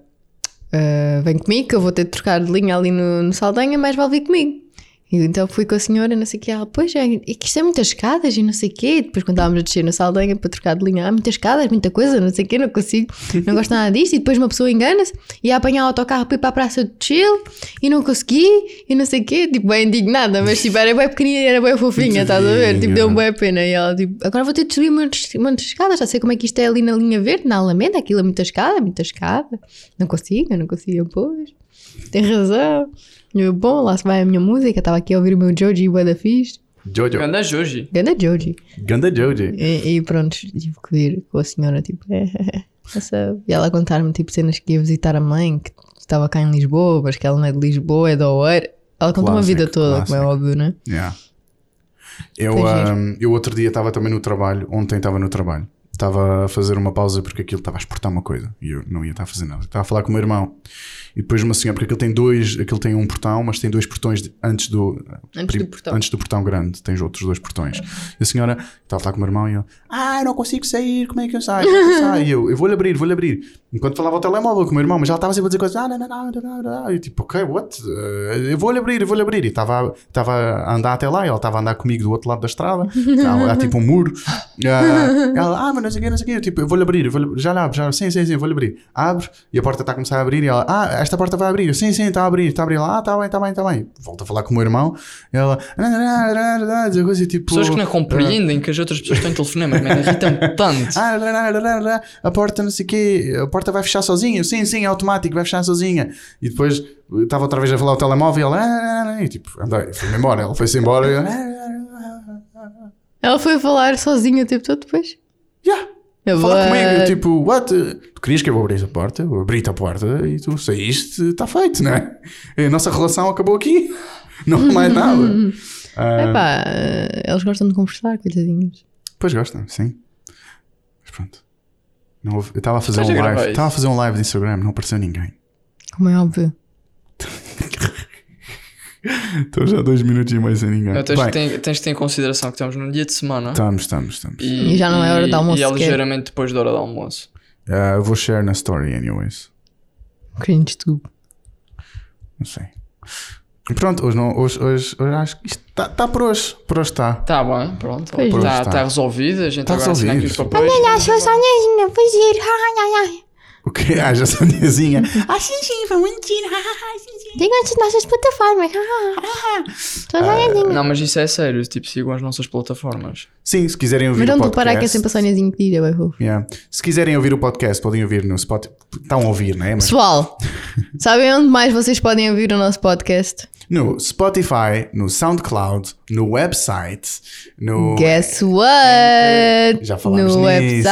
D: eh, vem comigo, que eu vou ter de trocar de linha ali no, no Saldanha, mas vale vir comigo. E eu, então fui com a senhora, não sei o que, ela, pois é, é que isto é muitas escadas e não sei o quê. E depois quando estávamos a descer no Saldanha para trocar de linha, há muitas escadas, muita coisa, não sei o quê, não consigo, não gosto nada disto. E depois uma pessoa engana-se e ia apanhar o autocarro para ir para a Praça do Chile e não consegui e não sei o quê. Tipo, bem indignada, mas tipo, era bem pequenina e era bem fofinha, estás a ver? Tipo,
B: Tadinha.
D: deu-me bem pena. E ela, tipo, agora vou ter de subir muitas, muitas escadas, já sei como é que isto é ali na linha verde, na Alameda, aquilo é muita escada, muita escada. Não consigo, eu não consigo, eu, pois. Tem razão. E eu, Bom, lá se vai a minha música. Estava aqui a ouvir o meu Joji Wada Fish.
B: Jojo.
C: Ganda Joji.
D: Ganda Joji.
B: Ganda Jojo.
D: E, e pronto, tive que ir com a senhora, tipo, é, é, é, essa- E ela a contar-me, tipo, cenas que ia visitar a mãe, que estava cá em Lisboa, mas que ela não é de Lisboa, é de Oeiro. Ela contou-me a
B: Clássico,
D: vida toda, como é
B: clássico.
D: óbvio, né?
B: Yeah. Eu,
D: Foi giro.
B: ahm, eu outro dia estava também no trabalho, ontem estava no trabalho. Estava a fazer uma pausa porque aquilo estava a exportar uma coisa e eu não ia estar a fazer nada. Estava a falar com o meu irmão e depois uma senhora, porque aquilo tem dois, aquilo tem um portão, mas tem dois portões de- antes do,
D: Antes do portão. Uhum.
B: antes do portão grande, tens outros dois portões. E a senhora estava a falar com o meu irmão e ele, ah, eu não consigo sair, como é que eu saio? Como é que eu saio? E eu, eu vou-lhe abrir, vou-lhe abrir. Enquanto falava ao telemóvel com o meu irmão, mas ela estava sempre a dizer coisas, ah, não, não, não, não, não, não. E eu, tipo, ok, what? Eh, eu vou-lhe abrir, eu vou-lhe abrir. E estava estava a andar até lá, e ela estava a andar comigo do outro lado da estrada, Estava- há tipo um muro. Ah, ela, ah, mas não sei o quê, não sei o quê. Eu, tipo, eu vou-lhe abrir, eu vou-lhe abrir. já lhe abro, já, sim, sim, sim, vou-lhe abrir. Abre, e a porta está a começar a abrir, e ela, ah, esta porta vai abrir, sim, sim, está a abrir, está a abrir. Ela, ah, está bem, está bem, está bem. Volto a falar com o meu irmão, e ela, "Não, não, não, não, não, não", dizer coisa e tipo...
C: Pessoas que não
B: ah,
C: compreendem que as outras pessoas estão em telefonema, man, irritam-me tanto.
B: ah, lá, lá, lá, lá, lá, a porta não sei o quê, a porta vai fechar sozinha, sim, sim, é automático, vai fechar sozinha. E depois eu estava outra vez a falar o telemóvel e ela, "Ah, não, não, não", e tipo, andei, foi-me embora, ela foi-se embora, e eu, "Ah, não, não, não, não".
D: Ela foi falar sozinha o tempo todo depois.
B: Yeah.
D: Eu
B: Fala
D: vou-
B: comigo, eu, tipo, what? Tu querias que eu abrisse a porta? Eu abri-te a porta e tu saíste, está feito, não é? A nossa relação acabou aqui. Não há mais nada. Ah,
D: Epá, eh, eles gostam de conversar, coitadinhos.
B: Pois gostam, sim. Mas pronto. Não houve- eu estava a fazer
C: Estás
B: um
C: a gravar
B: live.
C: isso?
B: Estava a fazer um live de Instagram, não apareceu ninguém.
D: Como é óbvio.
B: Estou já dois minutos e meio sem ninguém.
C: Não, tens,
B: Bem, Tá.
C: que ter, tens que ter em consideração que estamos num dia de semana
B: Estamos, estamos, estamos.
C: e,
D: E já não é hora de
C: e-
D: almoço
C: E é
D: sequer.
C: ligeiramente depois da hora de almoço.
B: Ah, eu vou share na story, anyways.
D: Cringe tu.
B: Não sei. Pronto, hoje não. Hoje, hoje, hoje acho que isto está por hoje. Por hoje está.
C: Tá bem, pronto.
D: Pois.
C: Está
B: Está.
C: tá resolvido, a gente
B: Tá
C: agora assina aqui os
B: resolvido.
C: papéis.
B: O que? Ah, já sonhazinha.
E: Ah, sim, sim, foi muito giro.
D: Digam-te nossas plataformas.
B: Ah,
C: Não, mas isso é sério, tipo, sigam as nossas plataformas.
B: Sim, se quiserem ouvir
D: Mas
B: o
D: não
B: podcast.
D: parar que é sempre a Soniazinho que diz, é bem fofo.
B: Yeah. Se quiserem ouvir o podcast, podem ouvir no Spotify. Estão a ouvir, não é? Mas
D: Pessoal, sabem onde mais vocês podem ouvir o nosso podcast?
B: no Spotify, no SoundCloud, no website, no.
D: Guess what?
B: é, Já falámos nisso,
D: no website.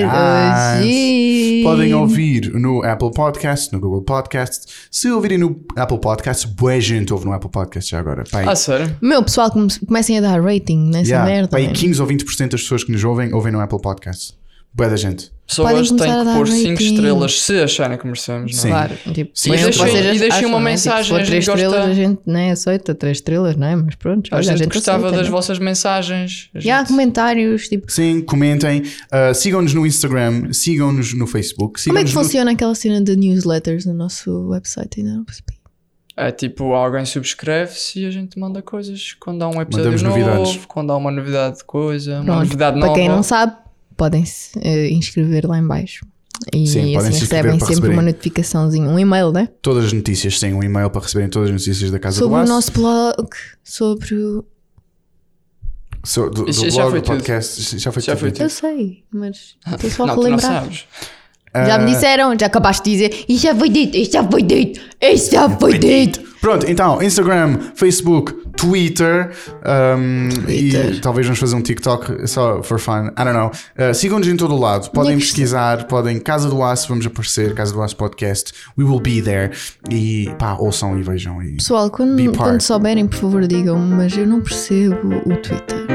B: já falámos nisso,
D: Hoje.
B: Podem ouvir no Apple Podcast, no Google Podcast. Se ouvirem no Apple Podcast, boa gente ouve no Apple Podcast já agora. Pai,
C: Ah, sério?
D: Meu, pessoal, come- comecem a dar rating nessa
B: yeah,
D: merda.
B: pai,
D: man.
B: 15 ou 20% das pessoas que nos ouvem ouvem no Apple Podcast. Boa da gente.
C: Pessoas têm
D: começar a
C: que
D: dar
C: pôr 5
D: rating.
C: estrelas se acharem que merecemos, não
B: Sim.
C: é?
D: Claro, tipo,
B: Sim,
D: mas
B: e
D: vocês
C: deixem- e deixem
D: acham,
C: uma
D: né? Tipo, se for
C: mensagem, a gente
D: três
C: gosta-
D: estrelas, a gente nem aceita três estrelas, não é? Mas pronto,
C: A
D: olha,
C: gente gostava
D: aceita,
C: das
D: né?
C: vossas mensagens. a
D: E há
C: gente-
D: comentários, tipo,
B: Sim, comentem. ah, sigam-nos no Instagram, sigam-nos no Facebook.
D: como é que
B: sigam-nos no-
D: funciona aquela cena de newsletters no nosso website? Ainda não percebi.
C: É tipo, alguém subscreve-se e a gente manda coisas quando há um episódio
B: Mandamos
C: novo,
B: novidades.
C: quando há uma novidade de coisa, uma
D: Pronto,
C: novidade
D: Para
C: nova.
D: quem não sabe, podem-se eh, inscrever lá em baixo. E
B: Sim,
D: assim
B: podem se inscrever
D: recebem
B: para
D: sempre
B: receberem.
D: uma notificaçãozinha, um e-mail, né?
B: Todas as notícias têm um e-mail para receberem todas as notícias da Casa
D: sobre
B: do
D: o
B: Aço.
D: nosso blog, sobre o.
B: So- do, do
C: Isso- isso já
B: blog,
C: foi
B: do
C: tudo.
B: podcast. isso Já foi
C: Já
B: tudo.
C: foi
D: Eu sei, mas estou só a
C: não, tu não
D: relembrar.
C: sabes.
D: Já
B: Ah.
D: me disseram, já acabaste de dizer, isto já foi dito, isto já foi dito, isto já foi dito.
B: Pronto, então, Instagram, Facebook, Twitter, um,
D: Twitter.
B: e talvez vamos fazer um TikTok só for fun, I don't know. Uh, Sigam-nos em todo o lado, podem
D: Minha
B: pesquisar, podem Casa do Aço, vamos aparecer, Casa do Aço Podcast, we will be there. E pá, ouçam e vejam. E... Be
D: Pessoal, quando,
B: part.
D: quando souberem, por favor, digam, mas eu não percebo o Twitter.